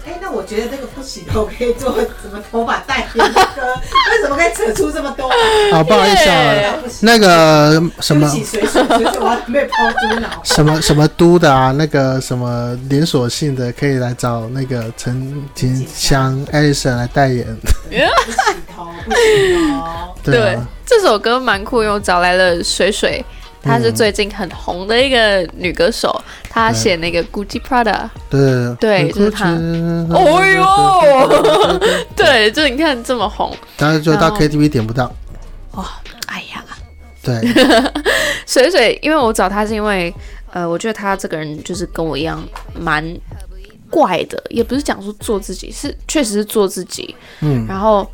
Speaker 3: 哎、那我觉得这个不洗头可以做什么头发代言歌？为什么可以扯出这么 多？
Speaker 1: 啊，不好意思啊，
Speaker 3: 不行，
Speaker 1: 那个什
Speaker 3: 对不
Speaker 1: 么
Speaker 3: 起，水水水水，我还没抛猪脑。
Speaker 1: 什么什么都的啊，那个什么连锁性的可以来找那个陈锦香、Alison 来代言。
Speaker 3: 不洗头，不洗头。
Speaker 1: 对啊，
Speaker 2: 这首歌蛮酷，因为我找来了水水，她是最近很红的一个女歌手，她写那个 Gucci Prada，
Speaker 1: 对
Speaker 2: 对就是他
Speaker 1: 啊
Speaker 2: 哎呦对，就你看这么红，
Speaker 1: 当然就
Speaker 2: 然
Speaker 1: 到
Speaker 2: 后
Speaker 1: KTV 点不到。
Speaker 2: 哎呀，
Speaker 1: 对，
Speaker 2: 水水，因为我找她是因为，呃，我觉得她这个人就是跟我一样蛮怪的，也不是讲说做自己，是确实是做自己，
Speaker 1: 嗯，
Speaker 2: 然后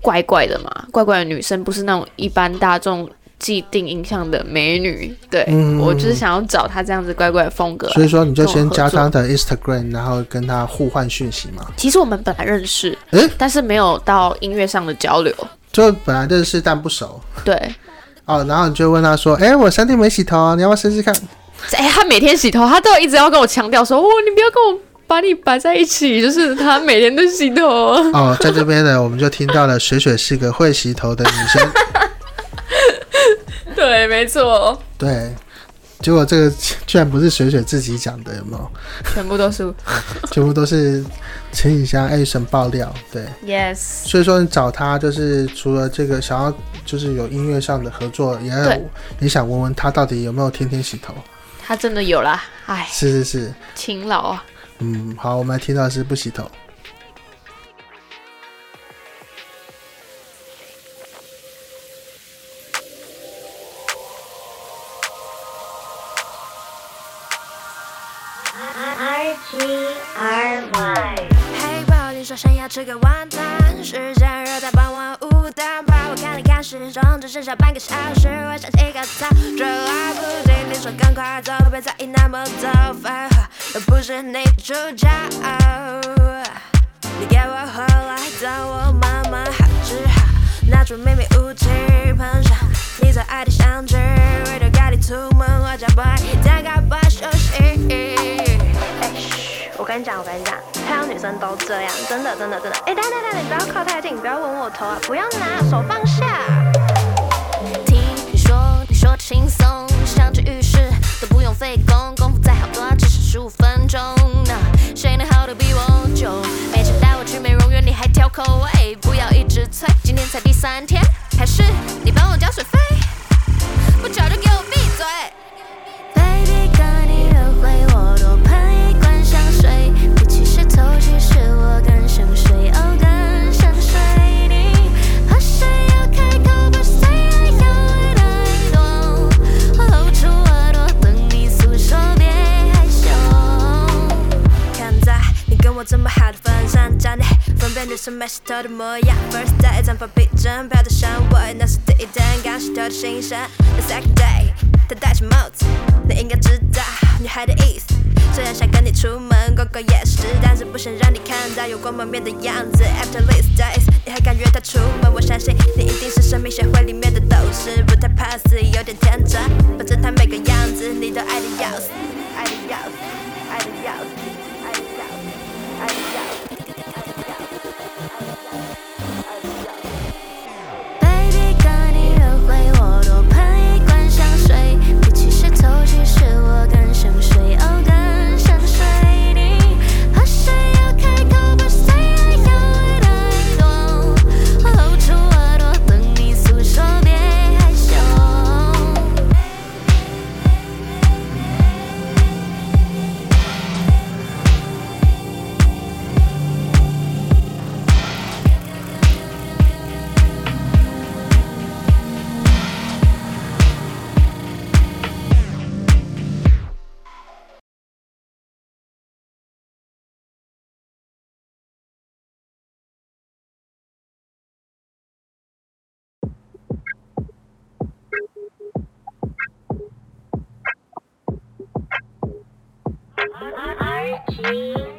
Speaker 2: 怪怪的嘛，怪怪的女生不是那种一般大众。既定印象的美女，对、
Speaker 1: 嗯
Speaker 2: 我就是想要找她这样子怪怪的风格来
Speaker 1: 所以说你就
Speaker 2: 跟我
Speaker 1: 先
Speaker 2: 合
Speaker 1: 加
Speaker 2: 作
Speaker 1: 他的 Instagram，然后跟他互换讯息嘛。
Speaker 2: 其实我们本来认识，
Speaker 1: 诶
Speaker 2: 但是没有到音乐上的交流。
Speaker 1: 就本来认识但不熟
Speaker 2: 对，
Speaker 1: 哦，然后你就问他说：“哎、我三天没洗头啊，你要不要试试看
Speaker 2: 哎、他每天洗头，他都一直要跟我强调说：“哦，你不要跟我把你摆在一起。”就是他每天都洗头。？”
Speaker 1: 哦，在这边呢，我们就听到了水水是个会洗头的女 生，
Speaker 2: 对，没错，
Speaker 1: 对。结果这个居然不是水水自己讲的，有没有？
Speaker 2: 全部都是
Speaker 1: 全部都是陈以香、艾神爆料，对。
Speaker 2: yes。
Speaker 1: 所以说你找他就是除了这个想要就是有音乐上的合作，也要
Speaker 2: 对
Speaker 1: 也想问问他到底有没有天天洗头？
Speaker 2: 他真的有啦，哎，
Speaker 1: 是是是，
Speaker 2: 勤劳啊。
Speaker 1: 嗯，好，我们来听到的是不洗头。
Speaker 4: 黑豹你说想要吃个完蛋，时间热在傍晚五点把我看了看时钟，只剩下半个小时，我想起个早，这来不及，你说赶快走，别在意那么多废话，又不是你主角。你给我回来，当我妈妈好只好拿出秘密武器喷射你最爱的相纸，为了赶你出门，我加班，大概半休息。哎，嘘，我跟你讲，我跟你讲，漂亮女生都这样，真的，真的，真的。哎，等等等等，你不要靠太近，不要吻我头啊，不要拿手放下。听你说，你说轻松，相聚浴室都不用费工，功夫再好多，至少十五分钟。那谁能耗得比我久？每次带我去美容院，你还挑口味，不要一直催，今天才第三天，还是你帮我交水费，不交就给我闭嘴。Baby，跟你约会，我多喷一罐香水，不只是头，其实我更想睡，哦，更想睡你。何时要开口把谁爱要爱太多？我露出耳朵等你诉说，别害羞。看在你跟我这么好的份上，将你分辨的是没石头的模样。First day 绽放逼真，飘在上位，那是第一天刚洗头的新生。The second day，她戴起帽子，你应该知道女孩的意思。虽然想跟你出门逛逛夜市，但是不想让你看到有光满面的样子。After these days，你还敢约她出门？我相信你一定是生命协会里面的斗士，不太怕死，有点天真，反正她每个样子你都爱的要死，爱的要死，爱的要死，爱的要死，爱的要死。Baby，跟你约会，我多喷一罐香水。不其实偷其实我更想睡，哦，更想睡你。和谁要开口，把谁爱要的太多。哦我露出耳朵等你诉说，别害羞。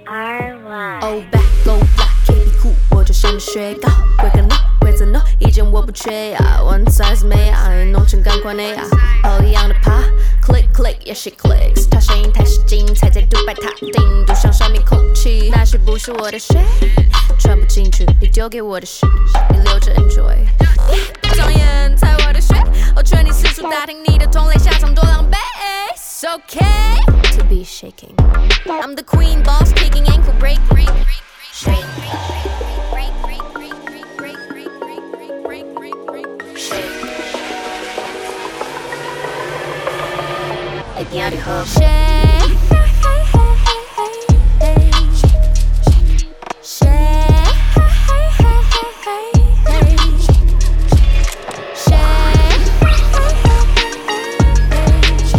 Speaker 4: Oh back go back keep it cool，我就想学高，贵个你贵着呢，意见我不缺呀，one size 没啊，弄成钢管的呀，哦一样的爬，click click 也是 clicks，他声音太是精彩，在 Dubai 塔顶，独享上面空气，那些不是我的水，穿不进去，你丢给我的是，你留着 enjoy。睁眼踩我的水，我劝你四处打听你的同类下场多狼狈，It's okay to be shaking。I'm the queen, boss, kicking ankle break. break, break, break, break, break, break, break, break, break, break, break, break, break, break, break, shake. Again, shake. Shake.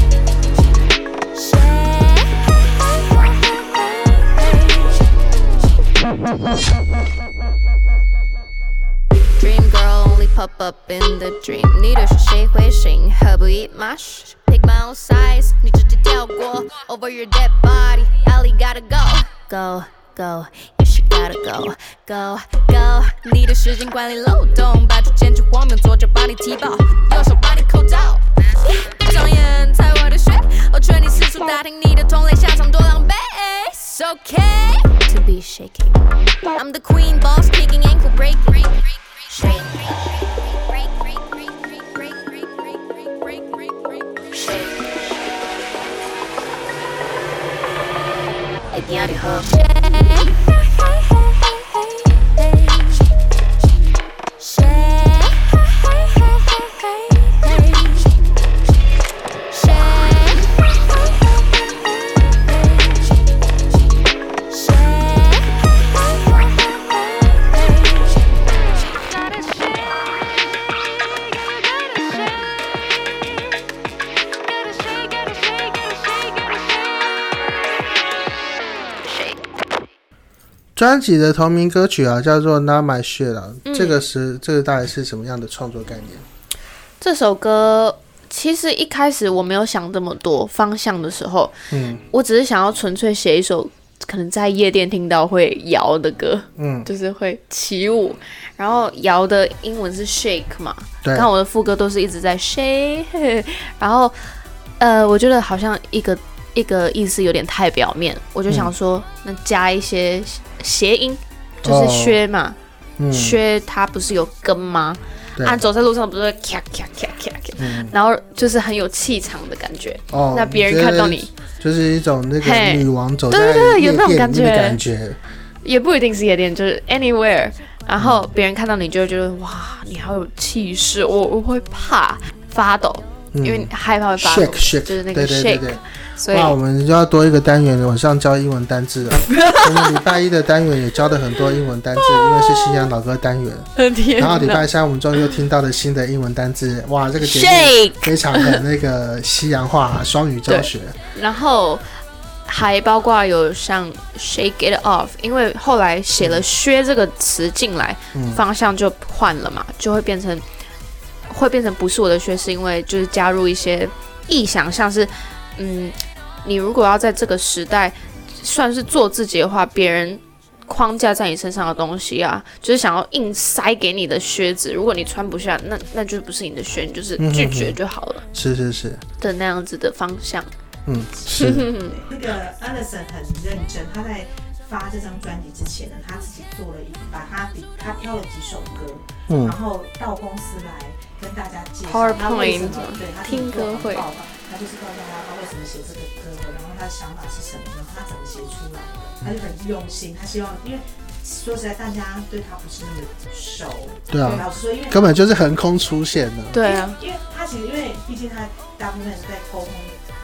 Speaker 4: Dream girl only pop up in the dream，你的是谁会醒？何不一马是 Pick my own size，你直接跳过 over your dead body。Ali gotta go go go，也是 gotta go go go。你的时间管理漏洞，把这简直荒谬，左脚把你踢爆，右手把你扣到。睁眼踩我的血，我劝你四处打听你的同类下场多狼狈。It's okay to be shaking。I'm the queen, boss, kicking ankle break. break, break, break, break, break, break, break, break, break, break, break, break, break, break, shake. Again, the hook. Shake.
Speaker 1: 专辑的同名歌曲啊，叫做《Not My Shit》啊，
Speaker 2: 嗯
Speaker 1: 这个是这个大概是什么样的创作概念？
Speaker 2: 这首歌其实一开始我没有想这么多方向的时候，
Speaker 1: 嗯
Speaker 2: 我只是想要纯粹写一首可能在夜店听到会摇的歌，
Speaker 1: 嗯，
Speaker 2: 就是会起舞，然后摇的英文是 shake 嘛，
Speaker 1: 对，
Speaker 2: 看我的副歌都是一直在 shake，然后呃，我觉得好像一个一个意思有点太表面，我就想说，那加一些谐音，就是
Speaker 1: 嗯哦
Speaker 2: 靴嘛，
Speaker 1: 嗯
Speaker 2: 靴它不是有跟吗？
Speaker 1: 对嗯
Speaker 2: 啊，走在路上不是会咔咔咔咔咔，然后就是很有气场的感觉，
Speaker 1: 哦，
Speaker 2: 那别人看到你
Speaker 1: 就是，就是一种那个
Speaker 2: 嘿
Speaker 1: 女王走在
Speaker 2: 对对对
Speaker 1: 夜
Speaker 2: 有那种
Speaker 1: 店
Speaker 2: 感
Speaker 1: 里面的
Speaker 2: 觉
Speaker 1: 感觉，
Speaker 2: 也不一定是夜店，就是 anywhere，然后别人看到你就会觉得哇，你好有气势，我我会怕发抖，
Speaker 1: 嗯
Speaker 2: 因为你害怕会发抖
Speaker 1: shake，shake，
Speaker 2: 就是那个
Speaker 1: 对对对
Speaker 2: shake，
Speaker 1: 对。
Speaker 2: 所以
Speaker 1: 哇，我们就要多一个单元，晚上教英文单字 了。我们礼拜一的单元也教了很多英文单字，因为是新疆老歌单元。
Speaker 2: 天
Speaker 1: 然后礼
Speaker 2: 哪
Speaker 1: 拜三我们终于又听到了新的英文单字，哇，这个节目
Speaker 2: shake，
Speaker 1: 非常的那个西洋化、双语教学。
Speaker 2: 然后还包括有像 shake it off，因为后来写
Speaker 1: 嗯
Speaker 2: 了“削”这个词进来，方向就换了嘛，就会变成会变成不是我的削，是因为就是加入一些意想，像是嗯，你如果要在这个时代算是做自己的话，别人。框架在你身上的东西啊，就是想要硬塞给你的靴子，如果你穿不下，那那就不是你的靴，你就是拒绝就好了
Speaker 1: 是是是，
Speaker 2: 的那样子的方向。
Speaker 1: 嗯是，
Speaker 3: 那个 Alison 很认真，他在发这张专辑之前呢，他自己做了一，把他比他挑了几首歌，
Speaker 1: 嗯
Speaker 3: 然后到公司来跟大家介绍他为什么
Speaker 2: PowerPoint
Speaker 3: 对他
Speaker 2: 听歌会
Speaker 3: 报告，他就是告诉大家他为什么写这个歌，然后他的想法是什么，然后他怎么写出来的，他就很用心，他希望因为。说实在，大家对他不是那么熟。
Speaker 1: 对啊，
Speaker 3: 老实说，因为
Speaker 1: 根本就是横空出现的，
Speaker 2: 对啊，
Speaker 3: 因为他其实因为毕竟他大部分是在沟通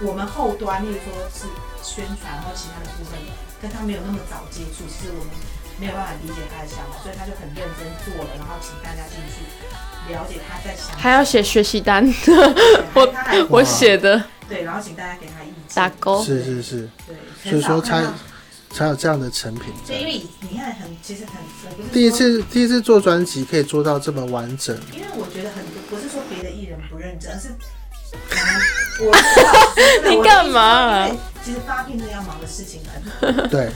Speaker 3: 我们后端，例如说是宣传或其他的部分，跟他没有那么早接触，其实我们没有办法理解他的想法，所以他就很认真做了，然后请大家进去了解他在想什么。
Speaker 2: 还要写学习单， 我
Speaker 3: 他还
Speaker 2: 我写的
Speaker 3: 对，然后请大家给他意见。
Speaker 2: 打勾。
Speaker 1: 是是是，
Speaker 3: 对，
Speaker 1: 所以说才
Speaker 3: 哦很少看到
Speaker 1: 才有这样的成品。
Speaker 3: 所以因为你看很其实很呃很不是说
Speaker 1: 第一次第一次做专辑可以做到这么完 整，
Speaker 3: 因为我觉得很多不是说别的艺人不认真，而是我 我
Speaker 2: 你干嘛啊
Speaker 3: 因为其实发片真的要忙的事情很多，
Speaker 1: 对，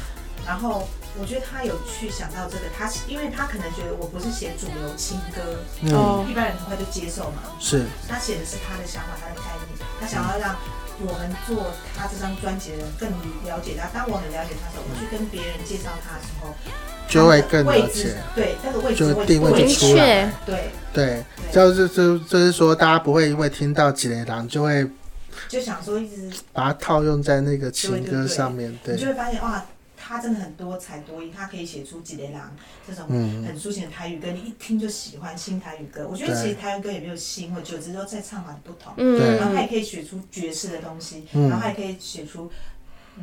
Speaker 3: 然后我觉得他有去想到这个，他因为他可能觉得我不是写主流情歌，
Speaker 1: 嗯，
Speaker 2: 哦，
Speaker 3: 一般人很快就接受嘛，
Speaker 1: 是
Speaker 3: 他写的是他的想法，他的概念，他想要让我们做他这张专辑的人更了解他。当我很了解他的时候，我去跟别人介绍他的时候，
Speaker 1: 就会更了
Speaker 3: 位置
Speaker 1: 解，
Speaker 3: 对那个位置
Speaker 1: 就
Speaker 3: 我也
Speaker 1: 定
Speaker 3: 不
Speaker 1: 位
Speaker 3: 会
Speaker 2: 明
Speaker 1: 就出来
Speaker 2: 确。
Speaker 3: 对，
Speaker 1: 对，就是就就是说，大家不会因为听到几雷狼就会
Speaker 3: 就想说一直
Speaker 1: 把它套用在那个情歌上面，
Speaker 3: 你就
Speaker 1: 对，
Speaker 3: 会发现哇，他真的很多才多艺，他可以写出《几雷狼》这种
Speaker 1: 嗯
Speaker 3: 很抒情的台语歌，你一听就喜欢新台语歌。我觉得
Speaker 1: 对
Speaker 3: 其实台语歌也没有新，我觉得只是说在唱法不同。然后他
Speaker 2: 嗯
Speaker 3: 也，可以写出爵士的东西，
Speaker 1: 嗯
Speaker 3: 然后他也可以写出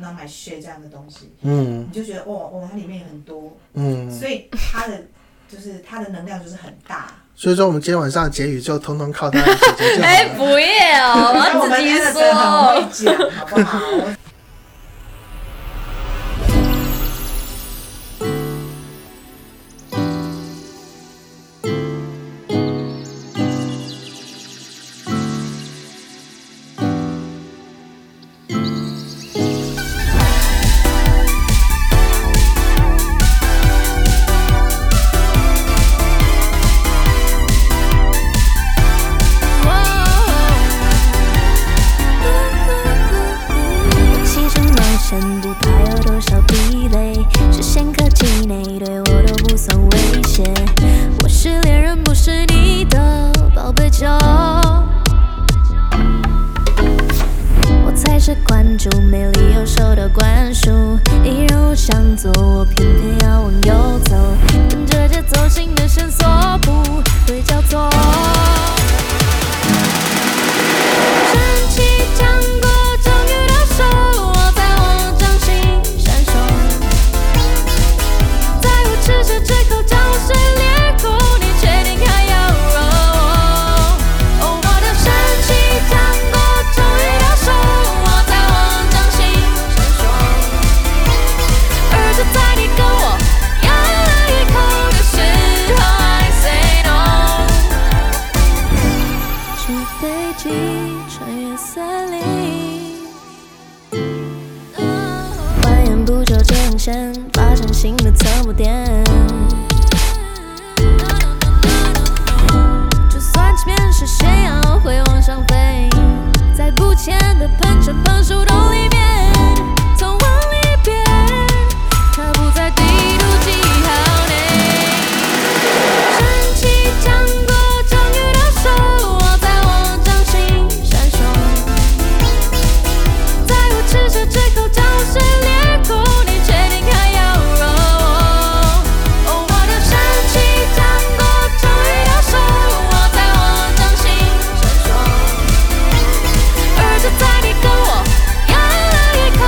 Speaker 3: 《Not My Share》这样的东西，
Speaker 1: 嗯
Speaker 3: 你就觉得哦哦，它里面有很多，
Speaker 1: 嗯。
Speaker 3: 所以他的就是他的能量就是很大。
Speaker 1: 所以说，我们今天晚上的结语就通通靠他来解决就好
Speaker 2: 哎，
Speaker 1: 了。
Speaker 2: 不要，
Speaker 3: 然后我
Speaker 2: 我
Speaker 3: 们
Speaker 2: 自己
Speaker 3: Alison
Speaker 2: 说。
Speaker 3: 很会讲，好不好？
Speaker 4: 牺牲冒险，不怕有多少壁垒，视线科技内对我都不算威胁。我是恋人，不是你的宝贝酒。我才是关注，没理由受到灌输。依然我想做，我偏偏要往右走，跟着节奏新的线索不会交错。神奇糖果终于到手，握在我掌心闪烁。在我吃下这口糖果是裂口，你确定还要揉？哦，我的神奇糖果终于到手，握在我掌心闪烁。而就在你跟我咬了一口的时候，I say no。纸飞机穿越森林，蜿蜒不着界限线，发展新的侧目点。就算前面是悬崖，会往上飞，在不前的喷泉喷树洞里面，从往里边，它不在地图记号内。神奇糖果终于到手，握在我掌心闪烁。在我吃下这口糖果是裂口，你确定还要揉？哦，我的神奇糖果终于到手，握在我掌心闪烁。而就在你跟我咬了一口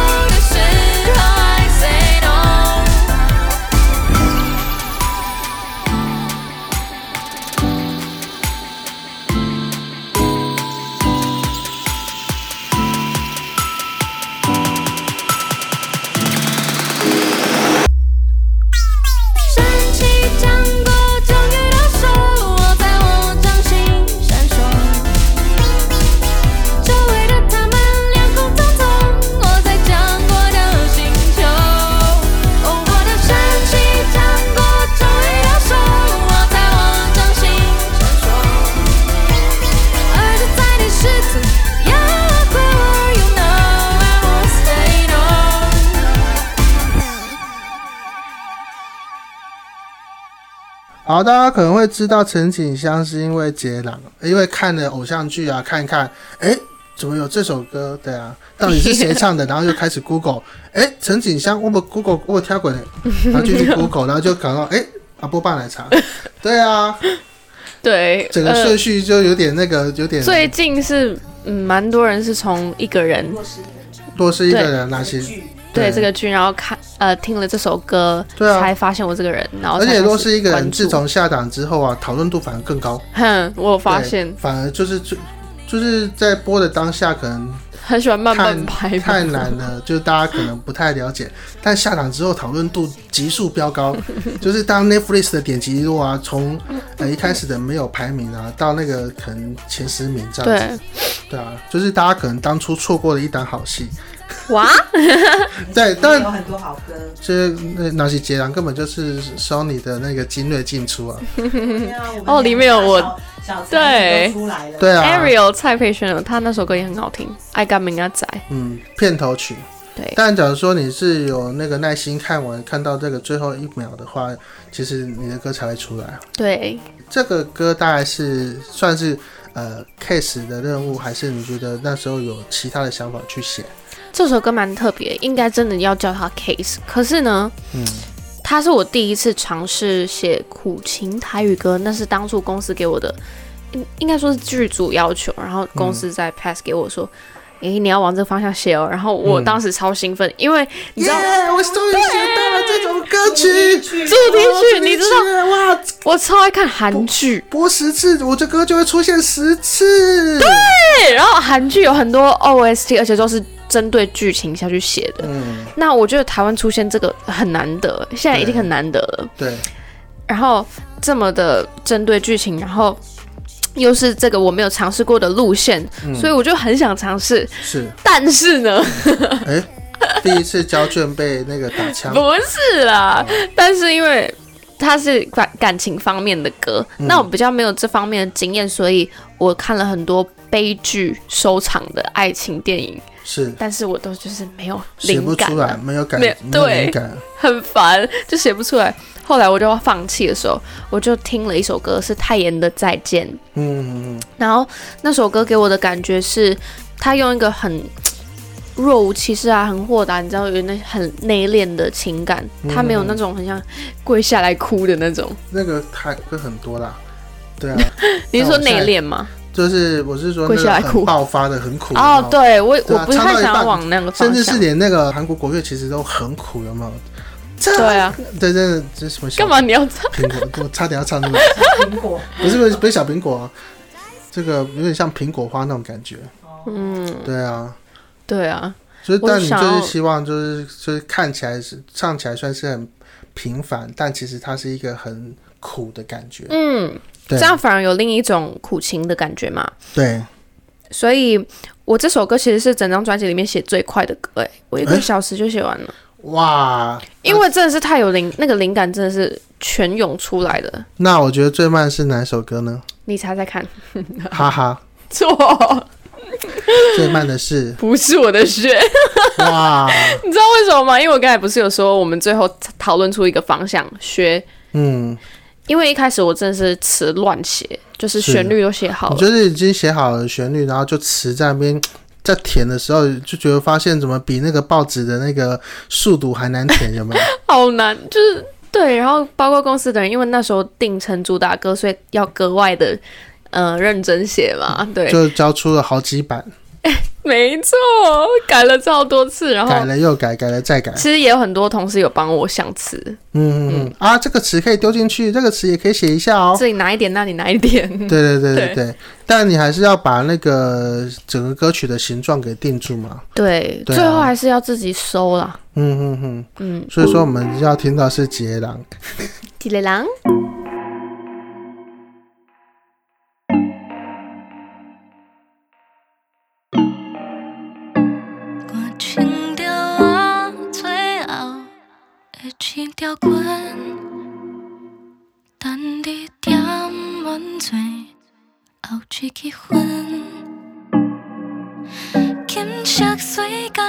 Speaker 1: 好，大家可能会知道陈景香是因为杰朗，因为看了偶像剧啊，看一看，哎，怎么有这首歌？对啊，到底是谁 唱的？然后就开始 Google，哎，陈景香，我们 Google 我挑过的，然后就 去 Google，然后就搞到哎，阿波霸奶茶，对啊，
Speaker 2: 对，
Speaker 1: 整个
Speaker 2: 呃
Speaker 1: 顺序就有点那个，有点
Speaker 2: 最近是嗯，蛮多人是从一个人
Speaker 3: 若是一个
Speaker 1: 多是一个
Speaker 2: 对
Speaker 1: 人啊哪些？
Speaker 3: 剧，
Speaker 2: 对
Speaker 1: 对
Speaker 2: 这个剧，然后看呃听了这首歌，
Speaker 1: 对啊
Speaker 2: 才发现我这个人，然后
Speaker 1: 而
Speaker 2: 哦才
Speaker 1: 且
Speaker 2: 开
Speaker 1: 若
Speaker 2: 始
Speaker 1: 是一个人
Speaker 2: 关
Speaker 1: 自
Speaker 2: 注
Speaker 1: 从下档之后啊，讨论度反而更高。
Speaker 2: 哼， 我有发
Speaker 1: 对
Speaker 2: 现
Speaker 1: 反而就是就就是在播的当下，可能
Speaker 2: 很喜欢慢
Speaker 1: 看
Speaker 2: 半拍，
Speaker 1: 太难 了，就大家可能不太了解。但下档之后讨论度急速飙 高，就是当 Netflix 的点击率啊，从呃一开始的没有排名啊，到那个可能前十名这样子。
Speaker 2: 对，
Speaker 1: 对啊，就是大家可能当初错过了一档好戏。
Speaker 2: 哇，
Speaker 1: 对，
Speaker 3: 里面
Speaker 1: 但
Speaker 3: 有很多好歌。
Speaker 1: 这那那些杰郎根本就是 Sony 的那个精锐进出啊。
Speaker 3: 对啊我们
Speaker 2: 哦里面有我
Speaker 3: 小小
Speaker 2: 对
Speaker 3: 才女都出来了，
Speaker 1: 对啊
Speaker 2: Ariel 蔡佩轩，她那首歌也很好听，《爱干明阿仔》。
Speaker 1: 嗯，片头曲。
Speaker 2: 对，
Speaker 1: 但假如说你是有那个耐心看完，看到这个最后一秒的话，其实你的歌才会出来。
Speaker 2: 对，
Speaker 1: 这个歌大概是算是呃 case 的任务，还是你觉得那时候有其他的想法去写？
Speaker 2: 这首歌蛮特别，应该真的要叫它 Case。可是呢，
Speaker 1: 嗯
Speaker 2: 它是我第一次尝试写苦情台语歌，那是当初公司给我的，应应该说是剧组要求，然后公司
Speaker 1: 嗯
Speaker 2: 在 pass 给我说。诶、你要往这个方向写哦。然后我
Speaker 1: 嗯
Speaker 2: 当时超兴奋，因为你知道
Speaker 1: 耶我终于写到了这种歌曲，
Speaker 2: 主题曲，你知道
Speaker 1: 道哇，
Speaker 2: 我超爱看韩剧，
Speaker 1: 播十次，我这歌就会出现十次。对，
Speaker 2: 对，然后韩剧有很多 OST，而且都是针对剧情下去写的。
Speaker 1: 嗯，
Speaker 2: 那我觉得台湾出现这个很难得，现在已经很难得了。
Speaker 1: 对，
Speaker 2: 然后这么的针对剧情，然后又是这个我没有尝试过的路线，
Speaker 1: 嗯
Speaker 2: 所以我就很想尝试。
Speaker 1: 是，
Speaker 2: 但是呢，
Speaker 1: 哎，第一次交卷被那个打枪，
Speaker 2: 不是啦，但是因为它是感感情方面的歌，
Speaker 1: 嗯
Speaker 2: 那我比较没有这方面的经验，所以我看了很多悲剧收场的爱情电影，
Speaker 1: 是
Speaker 2: 但是我都就是没有
Speaker 1: 写
Speaker 2: 灵
Speaker 1: 不
Speaker 2: 感
Speaker 1: 出
Speaker 2: 啊、
Speaker 1: 来，没有感，
Speaker 2: 没有
Speaker 1: 没有
Speaker 2: 对
Speaker 1: 灵感。
Speaker 2: 很烦， 就写不出来。后来我就要放弃的时候，我就听了一首歌，是泰妍的《再见》。
Speaker 1: 嗯，嗯
Speaker 2: 然后那首歌给我的感觉是，他用一个很若无其事啊，很豁达，你知道，有那很内敛的情感，
Speaker 1: 嗯
Speaker 2: 他没有那种很像跪下来哭的那种。
Speaker 1: 那个台歌很多啦， 对啊，
Speaker 2: 你是说
Speaker 1: 但我现在
Speaker 2: 内敛吗？
Speaker 1: 就是我是说那
Speaker 2: 跪下来
Speaker 1: 个
Speaker 2: 哭
Speaker 1: 很爆发的、很苦的那
Speaker 2: 哦，
Speaker 1: 种，
Speaker 2: 对我
Speaker 1: 对
Speaker 2: 我
Speaker 1: 啊
Speaker 2: 不是
Speaker 1: 唱到
Speaker 2: 太
Speaker 1: 一
Speaker 2: 想要
Speaker 1: 半
Speaker 2: 往那个方
Speaker 1: 甚至是
Speaker 2: 向。
Speaker 1: 连那个韩国国乐其实都很苦，有没有？这
Speaker 2: 对啊，
Speaker 1: 这真的这什么小
Speaker 2: 干嘛你要唱？
Speaker 1: 苹果？我差点要唱那 个，
Speaker 3: 苹果，
Speaker 1: 不是不是不是小苹果、啊，这个有点像苹果花那种感觉。
Speaker 2: 嗯，
Speaker 1: 对啊，
Speaker 2: 对啊，
Speaker 1: 所以
Speaker 2: 我
Speaker 1: 但
Speaker 2: 是
Speaker 1: 你
Speaker 2: 想
Speaker 1: 就
Speaker 2: 要
Speaker 1: 是希望就是就是看起来是唱起来算是很平凡，但其实它是一个很苦的感觉。
Speaker 2: 嗯，
Speaker 1: 对
Speaker 2: 这样反而有另一种苦情的感觉嘛。
Speaker 1: 对，
Speaker 2: 所以我这首歌其实是整张专辑里面写最快的歌，哎，我一个小时就写完了，
Speaker 1: 哇，
Speaker 2: 因为真的是太有灵，那个灵感真的是泉涌出来的。
Speaker 1: 那我觉得最慢是哪一首歌呢？
Speaker 2: 你猜猜看，
Speaker 1: 哈哈，
Speaker 2: 错，
Speaker 1: 最慢的是
Speaker 2: 不是我的 选，
Speaker 1: 哇，
Speaker 2: 你知道为什么吗？因为我刚才不是有说我们最后讨论出一个方向学，
Speaker 1: 嗯，
Speaker 2: 因为一开始我真的是词乱写，就是
Speaker 1: 是
Speaker 2: 旋律都写好
Speaker 1: 你
Speaker 2: 了，
Speaker 1: 就是已经写好了旋律，然后就词在那边在填的时候，就觉得发现怎么比那个报纸的那个速度还难填，有没有？
Speaker 2: 好难，就是对。然后包括公司的人，因为那时候定成主打歌，所以要格外的呃认真写嘛，
Speaker 1: 嗯
Speaker 2: 对。
Speaker 1: 就交出了好几版，
Speaker 2: 没错，改了超多次，然后
Speaker 1: 改了又改，改了再改。
Speaker 2: 其实也有很多同事有帮我想词，
Speaker 1: 嗯嗯嗯，啊，这个词可以丢进去，这个词也可以写一下哦。
Speaker 2: 这里拿一点，那里拿一点。
Speaker 1: 对对对
Speaker 2: 对
Speaker 1: 对对，但你还是要把那个整个歌曲的形状给定住嘛。
Speaker 2: 对，
Speaker 1: 对啊
Speaker 2: 最后还是要自己收啦。
Speaker 1: 嗯嗯嗯，
Speaker 2: 嗯，
Speaker 1: 所以说我们要听到是杰郎。
Speaker 2: 吉雷狼，
Speaker 4: 我情调我最后的一条裙，等你点温泉后一支烟，金色水到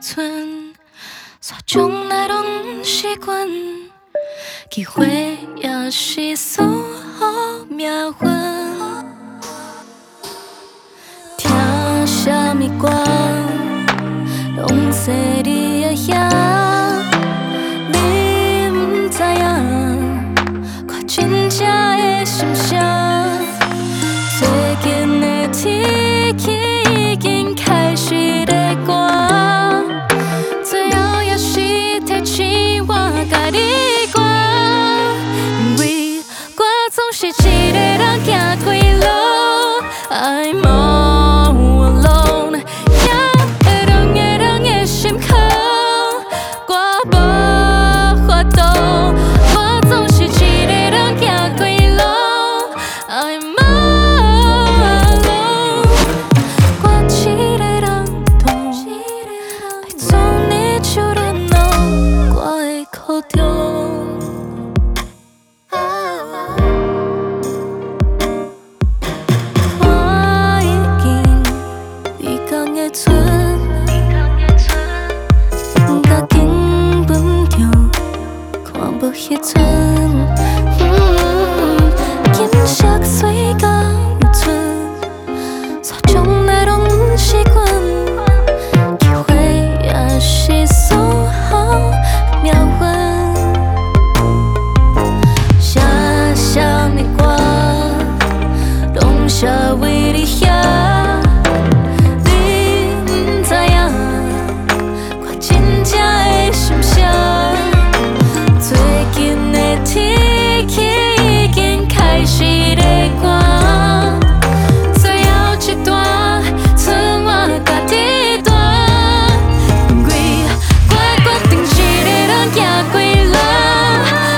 Speaker 4: 寸，煞将来拢是阮，机会也是所有命运。听什么歌，拢是你的遐，你不知影，看真正的心声。最近的天气已经开始在寒。最后也是提醒我甲你过，因为我总是一个人行几路。I'm all alone，也会当会当的心苦，我无法度。我总是一个人行几路，I'm all alone。我一个人懂，爱从你手里拿，我会哭着。我已经离工的船，甲紧分着，看无迄阵。金色水到有剩。所从来拢不是阮，机会也是所有命运。写啥的歌，拢是为你写。你不知影，看真正的心声。最近的天气已经开始在寒。最后一段，剩我家己段。因为我决定一个人行几路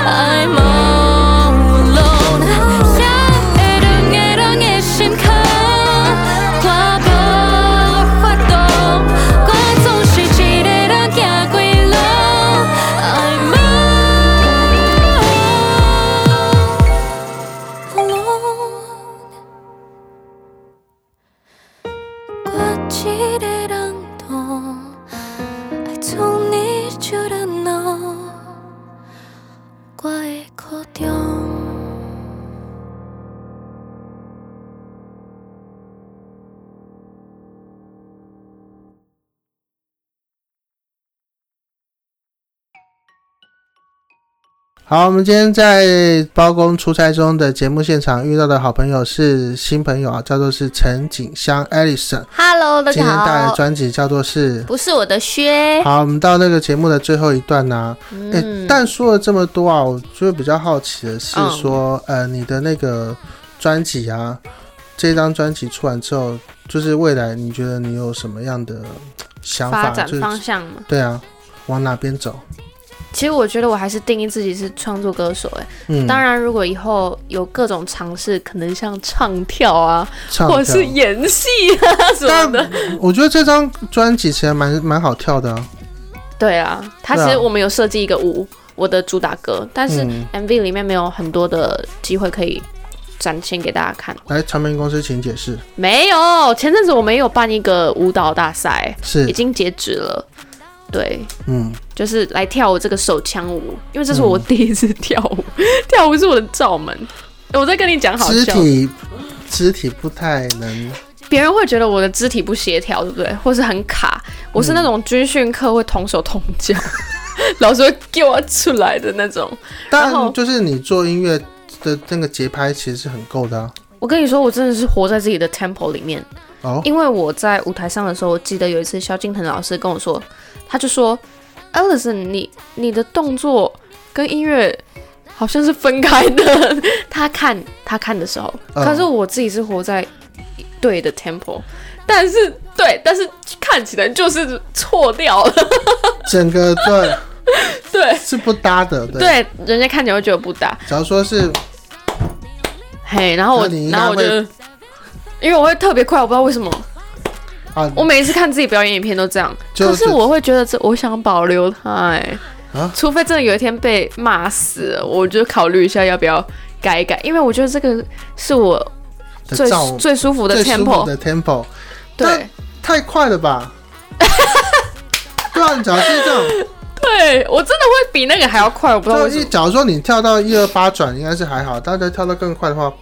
Speaker 4: ，I'm all alone，也会当会当的心苦，我无法度，我总是一个人行几路，I'm all alone。我一个人懂，爱从你手里拿，我的苦衷。
Speaker 1: 好，我们今天在包公出差中的节目现场遇到的好朋友是新朋友啊，叫做是陈景香 Alison，
Speaker 2: Hello，大
Speaker 1: 今天
Speaker 2: 家
Speaker 1: 带来的
Speaker 2: 好，
Speaker 1: 专辑叫做是。
Speaker 2: 不是我的靴，
Speaker 1: 好，我们到那个节目的最后一段啊呢、诶，
Speaker 2: 嗯，
Speaker 1: 但说了这么多啊，我就比较好奇的是
Speaker 2: 嗯
Speaker 1: 说，呃，你的那个专辑啊，这张专辑出完之后，就是未来你觉得你有什么样的想
Speaker 2: 发
Speaker 1: 法？
Speaker 2: 展
Speaker 1: 就是
Speaker 2: 方向嘛。
Speaker 1: 对啊，往哪边走？
Speaker 2: 其实我觉得我还是定义自己是创作歌手，哎，
Speaker 1: 嗯，
Speaker 2: 当然如果以后有各种尝试，可能像唱跳啊，
Speaker 1: 唱
Speaker 2: 或者
Speaker 1: 跳
Speaker 2: 是演戏啊什么的。
Speaker 1: 我觉得这张专辑其实蛮蛮好跳的、啊，
Speaker 2: 对啊，它其
Speaker 1: 对
Speaker 2: 实
Speaker 1: 啊
Speaker 2: 我们有设计一个舞，我的主打歌，但是
Speaker 1: 嗯
Speaker 2: MV 里面没有很多的机会可以展现给大家看。
Speaker 1: 来，唱片公司请解释，
Speaker 2: 没有，前阵子我们也有办一个舞蹈大赛，
Speaker 1: 是
Speaker 2: 已，经截止了。对，
Speaker 1: 嗯，
Speaker 2: 就是来跳我这个手枪舞，因为这是我第一次跳舞， 跳舞是我的罩门。我在跟你讲好
Speaker 1: 肢
Speaker 2: 笑，
Speaker 1: 体肢体不太能，
Speaker 2: 别人会觉得我的肢体不协调，对不对？或是很卡。我是那种军训课会同手同 脚，老师会给我出来的那种。然后
Speaker 1: 但就是你做音乐的那个节拍其实是很够的啊。
Speaker 2: 我跟你说，我真的是活在自己的 tempo 里面。
Speaker 1: 哦，
Speaker 2: 因为我在舞台上的时候，我记得有一次萧敬腾老师跟我说，他就说：“Alison，你你的动作跟音乐好像是分开的。” 他看他看的时候，
Speaker 1: 嗯
Speaker 2: 可是我自己是活在对的 tempo，但是对，但是看起来就是错掉了。
Speaker 1: 整 个段
Speaker 2: 对
Speaker 1: 是不搭的，对。
Speaker 2: 对，人家看起来会觉得不搭。
Speaker 1: 假如说是
Speaker 2: 嘿，然后我
Speaker 1: 那你应该
Speaker 2: 然后我就
Speaker 1: 会
Speaker 2: 因为我会特别快，我不知道为什么。
Speaker 1: 啊
Speaker 2: 我每一次看自己表演影片都这样，
Speaker 1: 就
Speaker 2: 可是
Speaker 1: 是
Speaker 2: 我会觉得这，我想保留它哎、
Speaker 1: 啊
Speaker 2: 除非真的有一天被骂死了，我就考虑一下要不要改一改，因为我觉得这个是我
Speaker 1: 的
Speaker 2: 最
Speaker 1: 照
Speaker 2: 最舒服的
Speaker 1: 最舒服
Speaker 2: tempo，
Speaker 1: 的 tempo，
Speaker 2: 对
Speaker 1: 但太快了吧？对啊，假如是这样，
Speaker 2: 对对我真的会比那个还要快，我不知道
Speaker 1: 就
Speaker 2: 为什
Speaker 1: 一
Speaker 2: 么。
Speaker 1: 假如说你跳到一二八转，应该是还好，但是跳到更快的话，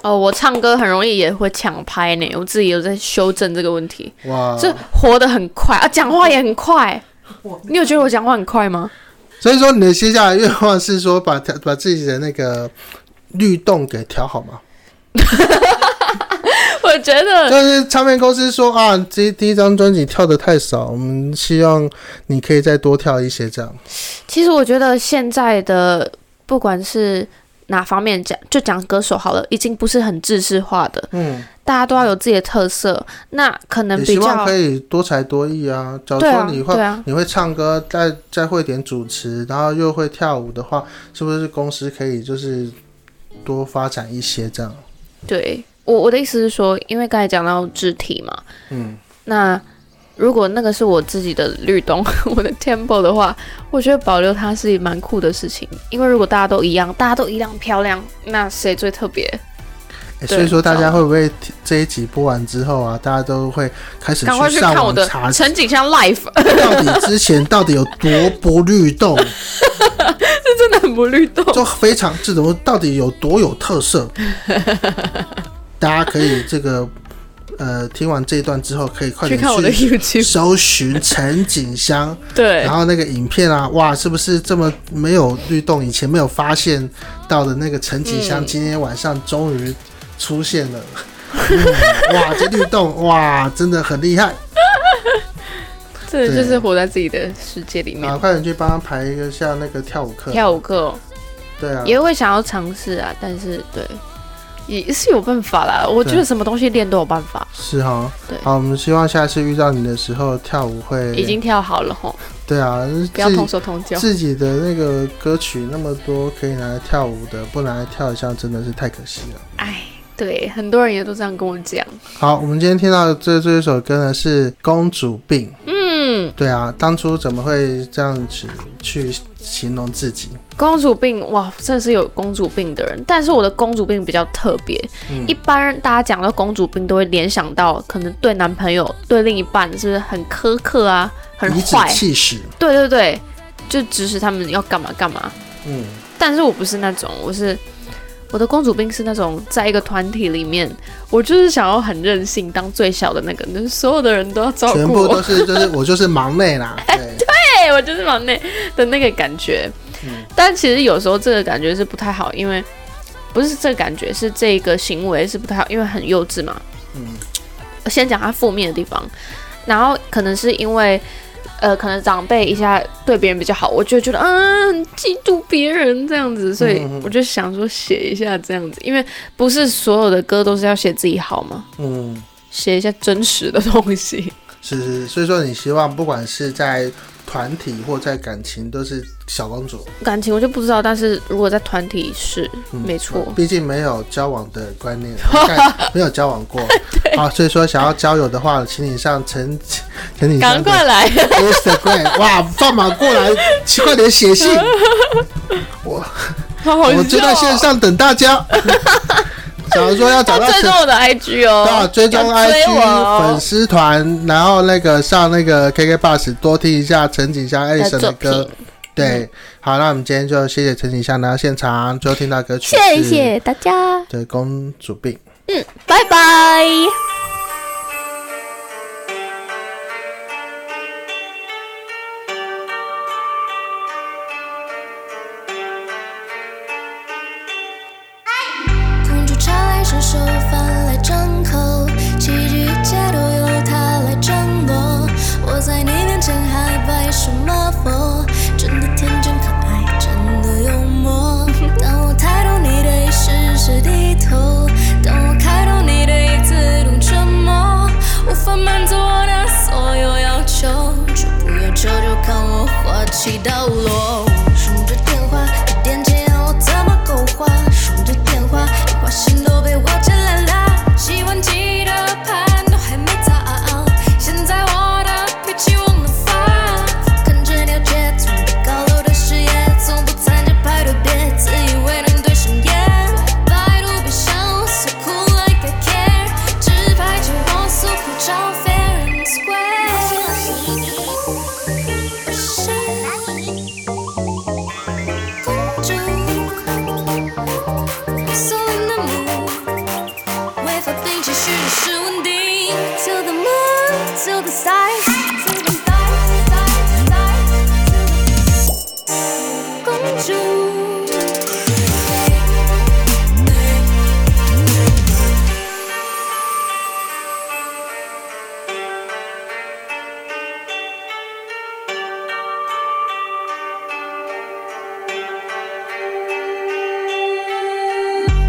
Speaker 2: 哦，我唱歌很容易也会抢拍呢，我自己有在修正这个问题，
Speaker 1: 哇！
Speaker 2: 就活得很快啊，讲话也很快。
Speaker 3: 我
Speaker 2: 你有觉得我讲话很快 吗？
Speaker 1: 所以说你的接下来愿望是说把 调把自己的那个律动给调好嘛？
Speaker 2: 我觉得
Speaker 1: 就是唱片公司说啊，这第一张专辑跳的太少，我们希望你可以再多跳一些这样。
Speaker 2: 其实我觉得现在的不管是哪方面讲，就讲歌手好了，已经不是很制式化的，
Speaker 1: 嗯，
Speaker 2: 大家都要有自己的特色。那可能
Speaker 1: 也
Speaker 2: 比
Speaker 1: 希望
Speaker 2: 较
Speaker 1: 可以多才多艺啊。假如
Speaker 2: 对啊
Speaker 1: 说你会、
Speaker 2: 对啊，
Speaker 1: 你会唱歌，再再会点主持，然后又会跳舞的话，是不是公司可以就是多发展一些这样？
Speaker 2: 对我我的意思是说，因为刚才讲到肢体嘛，
Speaker 1: 嗯，
Speaker 2: 那如果那个是我自己的律动，我的 tempo 的话，我觉得保留它是蛮酷的事情。因为如果大家都一样，大家都一样漂亮，那谁最特别？
Speaker 1: 欸所
Speaker 2: 对
Speaker 1: 以说大
Speaker 2: 这
Speaker 1: 家
Speaker 2: 样
Speaker 1: 会不会这一集播完之后啊，大家都会开始
Speaker 2: 赶快去
Speaker 1: 上
Speaker 2: 看我
Speaker 1: 网
Speaker 2: 的
Speaker 1: 查
Speaker 2: 陈景香 life，
Speaker 1: 到底之前到底有多不律 动，
Speaker 2: 真的很不律动。
Speaker 1: 就非常这种到底有多有特 色，大家可以这个呃听完这一段之后，可以快
Speaker 2: 去
Speaker 1: 点
Speaker 2: 看我的
Speaker 1: 去
Speaker 2: YouTube，
Speaker 1: 搜寻陈景香，
Speaker 2: 对
Speaker 1: 然后那个影片啊，哇，是不是这么没有律动，以前没有发现到的那个陈景香，今天晚上终于出现 了。嗯、哇，这律动哇，真的很厉害
Speaker 2: 这
Speaker 1: 对
Speaker 2: 就是活在自己的世界里面
Speaker 1: 啊！。快点去帮他排一个下那个跳舞课。
Speaker 2: 嗯跳舞课哦
Speaker 1: 对啊，
Speaker 2: 也会想要尝试啊，但是对，也是有办法啦。我觉得
Speaker 1: 对
Speaker 2: 什么东西练都有办法，
Speaker 1: 是哈
Speaker 2: 对。
Speaker 1: 好，我们希望下次遇到你的时候，跳舞会
Speaker 2: 已经跳好了吼，
Speaker 1: 对啊，
Speaker 2: 不要
Speaker 1: 自己
Speaker 2: 同手同脚。
Speaker 1: 自己的那个歌曲那么多可以拿来跳舞的，不拿来跳一下真的是太可惜了。
Speaker 2: 哎，对，很多人也都这样跟我讲。
Speaker 1: 好，我们今天听到的这这一首歌呢是《公主病》。
Speaker 2: 嗯，
Speaker 1: 对啊，当初怎么会这样子去形容自己？
Speaker 2: 公主病哇，真的是有公主病的人，但是我的公主病比较特别。
Speaker 1: 嗯
Speaker 2: 一般人大家讲到公主病，都会联想到可能对男朋友、对另一半是不是很苛刻啊，很
Speaker 1: 颐指
Speaker 2: 坏？
Speaker 1: 气使。
Speaker 2: 对对对，就指使他们要干嘛干嘛。
Speaker 1: 嗯，
Speaker 2: 但是我不是那种，我是我的公主病是那种，在一个团体里面，我就是想要很任性，当最小的那个，就是所有的人都要照
Speaker 1: 全
Speaker 2: 顾
Speaker 1: 部
Speaker 2: 我
Speaker 1: 都， 是就是我就是忙内啦。对，
Speaker 2: 对我就是往内的那个感觉。
Speaker 1: 嗯
Speaker 2: 但其实有时候这个感觉是不太好，因为不是这个感觉，是这个行为是不太好，因为很幼稚嘛。
Speaker 1: 嗯
Speaker 2: 我先讲他负面的地方，然后可能是因为。呃，可能长辈一下对别人比较好，我就觉得嗯，很嫉妒别人这样子，所以
Speaker 1: 嗯嗯嗯
Speaker 2: 我就想说写一下这样子，因为不是所有的歌都是要写自己好嘛，
Speaker 1: 嗯，
Speaker 2: 写一下真实的东西。
Speaker 1: 是是是。所以说，你希望不管是在团体或在感情，都是小公主。
Speaker 2: 感情我就不知道，但是如果在团体是、
Speaker 1: 嗯
Speaker 2: 没错，
Speaker 1: 毕竟没有交往的观 念，应该没有交往过。好，所以说想要交友的话，请你上陈 陈景
Speaker 2: 赶
Speaker 1: 香的
Speaker 2: 快来！
Speaker 1: Instagram。哇，放马过来，快点写 信。我
Speaker 2: 好好笑哦
Speaker 1: 我就在线上等大 家。假如说要找
Speaker 2: 要
Speaker 1: 到
Speaker 2: 追
Speaker 1: 陈
Speaker 2: 踪，我的 IG 哦，
Speaker 1: 啊，追踪
Speaker 2: 要追
Speaker 1: IG
Speaker 2: 我哦
Speaker 1: 粉丝团，然后那个上那个 KK Bus 多听一下陈景香
Speaker 2: 的
Speaker 1: Alison
Speaker 2: 作
Speaker 1: 的
Speaker 2: 品
Speaker 1: 歌。对，好，那我们今天就谢谢陈景香来到现场，最后听到歌曲
Speaker 2: 谢
Speaker 1: 是
Speaker 2: 谢大家，
Speaker 1: 对，公主病。
Speaker 2: 拜拜。
Speaker 4: 腾出茶来伸手，饭来张口，奇迹一切都由他来掌握。我在你面前还摆什么佛？真的天真可爱，真的幽默。当我抬头，你得时时低头；当我开头，你得自动沉默。无法满足我的所有要求，就不要求，就看我花旗到落。数着电话，一点钱让我怎么够花？数着电话，一花心都被我牵烂了。洗碗机的盘都还没擦，现在我的脾气忘了发。看着鸟雀从高楼的视野，从不参加派对，别自以为能对上眼。百度别像我 so cool like I care，只拍着我 so cool 照 fair and square。是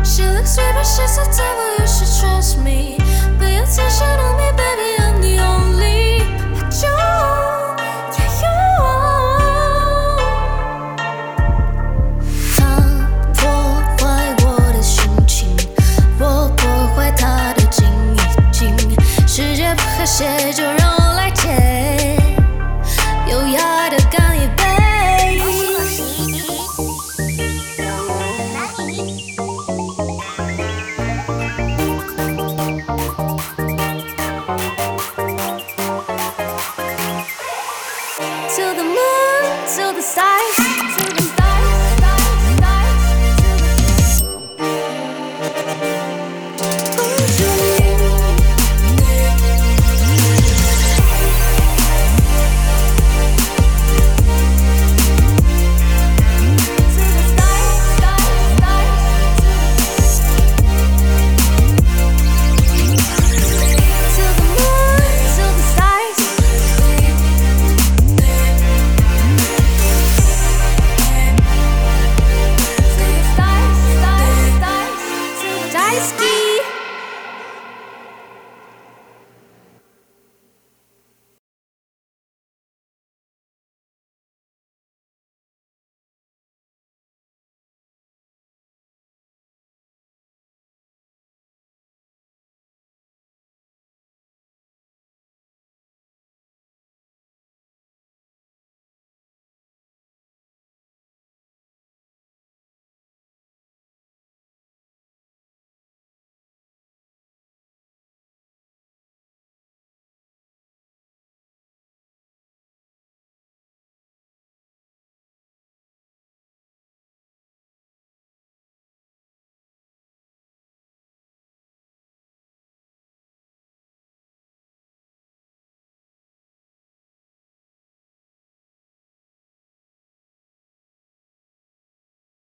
Speaker 4: Superstitious, the devil, you should trust me. Pay attention on me, baby, I'm the only. But you, yeah, you are. 他破坏我的心情，我破坏他的静已经。世界不和谐，就让我来解，优雅的干一杯。To the moon, to the stars, to the stars.